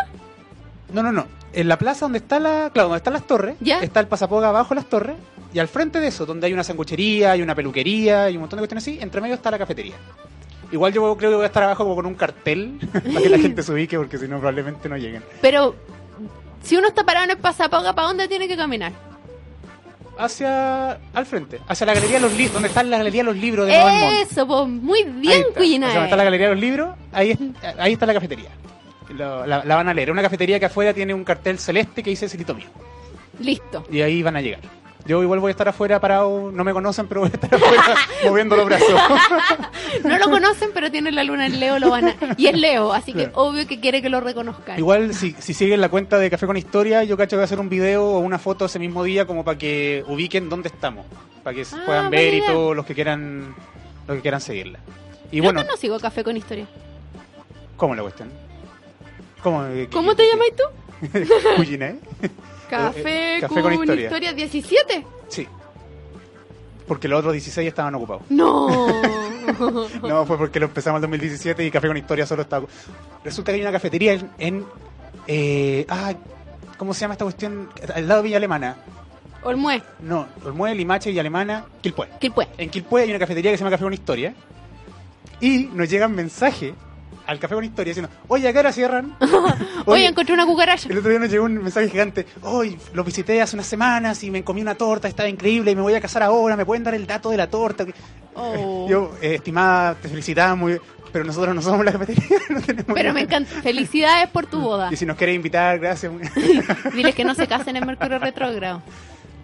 No, no, no. En la plaza donde está la, claro, donde están las torres, ¿Ya? está el pasapoga abajo de las torres y al frente de eso, donde hay una sanguchería, hay una peluquería, hay un montón de cuestiones así, entre medio está la cafetería. Igual yo creo que voy a estar abajo como con un cartel para que la gente se ubique porque si no probablemente no lleguen. Pero si uno está parado en el pasapoga, ¿para dónde tiene que caminar? Hacia al frente, hacia la galería de los libros, donde está la galería de los libros de Nuevo Montt. Eso, pues muy bien, Ahí está. O sea, donde está la Cuyenay. galería de los libros, ahí, es- ahí está la cafetería. Lo- la, la van a leer. Una cafetería que afuera tiene un cartel celeste que dice Cirito Mío. Listo. y ahí van a llegar. Yo igual voy a estar afuera parado, no me conocen, pero voy a estar afuera moviendo los brazos. No lo conocen, pero tiene la luna en Leo, lo van a... Y es Leo, así que Claro. obvio que quiere que lo reconozcan. igual si, si siguen la cuenta de Café con Historia, yo cacho que voy a hacer un video o una foto ese mismo día como para que ubiquen dónde estamos, para que se Ah, puedan buena ver y idea. todos los que quieran los que quieran seguirla. Y Creo bueno, que no sigo café con historia. ¿cómo la cuestión? ¿Cómo, eh, ¿Cómo qué- te qué- llamas tú? Cuyine. Café, Eh, Café con, con historia. Historia. 17. Sí. Porque los otros 16 estaban ocupados. No. No, fue porque lo empezamos en 2017 y Café con Historia solo está... Resulta que hay una cafetería en... en, eh, ah, ¿Cómo se llama esta cuestión? Al lado de Villa Alemana. Olmué, No, Olmué, Limache, Villa Alemana, Quilpué. Quilpué. En Quilpué hay una cafetería que se llama Café con Historia. Y nos llegan mensajes al café con historia diciendo, oye, ¿a qué hora cierran? Oye, encontré una cucaracha. El otro día nos llegó un mensaje gigante. Hoy lo visité hace unas semanas y me comí una torta, estaba increíble y me voy a casar ahora. ¿Me pueden dar el dato de la torta? Oh. Yo, eh, estimada, te felicitaba muy pero nosotros no somos la cafetería. no tenemos Pero que- me encanta. Felicidades por tu boda. Y si nos quieres invitar, gracias. Diles que no se casen en Mercurio Retrógrado.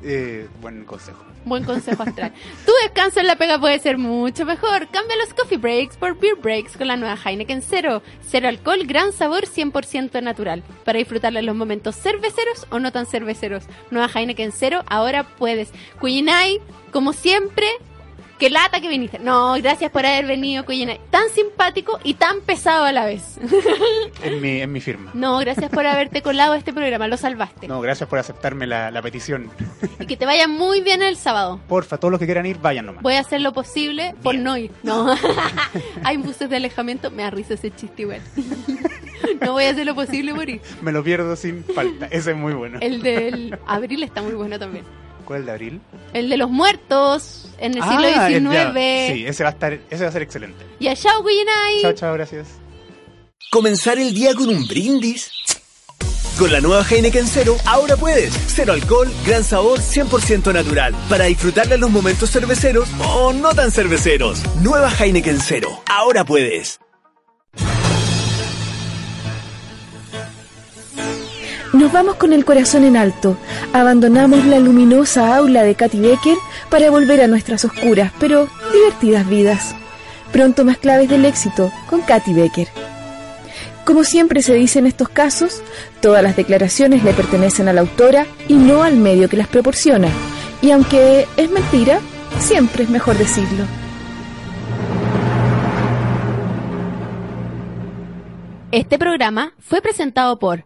Eh, buen consejo. Buen consejo astral. Tu descanso en la pega puede ser mucho mejor. Cambia los coffee breaks por beer breaks con la nueva Heineken Cero. Cero alcohol, gran sabor, 100% natural. Para disfrutar de los momentos cerveceros o no tan cerveceros. Nueva Heineken Cero, ahora puedes. Cuyinay, como siempre, qué lata que viniste. No, gracias por haber venido, Cuyinay. Tan simpático y tan pesado a la vez. En mi, en mi firma. No, gracias por haberte colado a este programa, lo salvaste. No, gracias por aceptarme la, la petición. Y que te vaya muy bien el sábado. Porfa, todos los que quieran ir, vayan nomás. Voy a hacer lo posible por no ir. No. Hay buses de alejamiento. Me da risa ese chiste igual. No voy a hacer lo posible por ir. Me lo pierdo sin falta. Ese es muy bueno. El del abril está muy bueno también. ¿Cuál de abril? El de los muertos en el siglo Ah, el XIX. de- sí, ese va a estar, ese va a ser excelente. Y a Shao Guillenay. Chao, chao, gracias. Comenzar el día con un brindis. Con la nueva Heineken Cero, ahora puedes. Cero alcohol, gran sabor, 100% natural. Para disfrutar de los momentos cerveceros o no tan cerveceros. Nueva Heineken Cero, ahora puedes. Nos vamos con el corazón en alto. Abandonamos la luminosa aula de Katy Becker para volver a nuestras oscuras pero divertidas vidas. Pronto más claves del éxito con Katy Becker. Como siempre se dice en estos casos, todas las declaraciones le pertenecen a la autora y no al medio que las proporciona. Y aunque es mentira, siempre es mejor decirlo. Este programa fue presentado por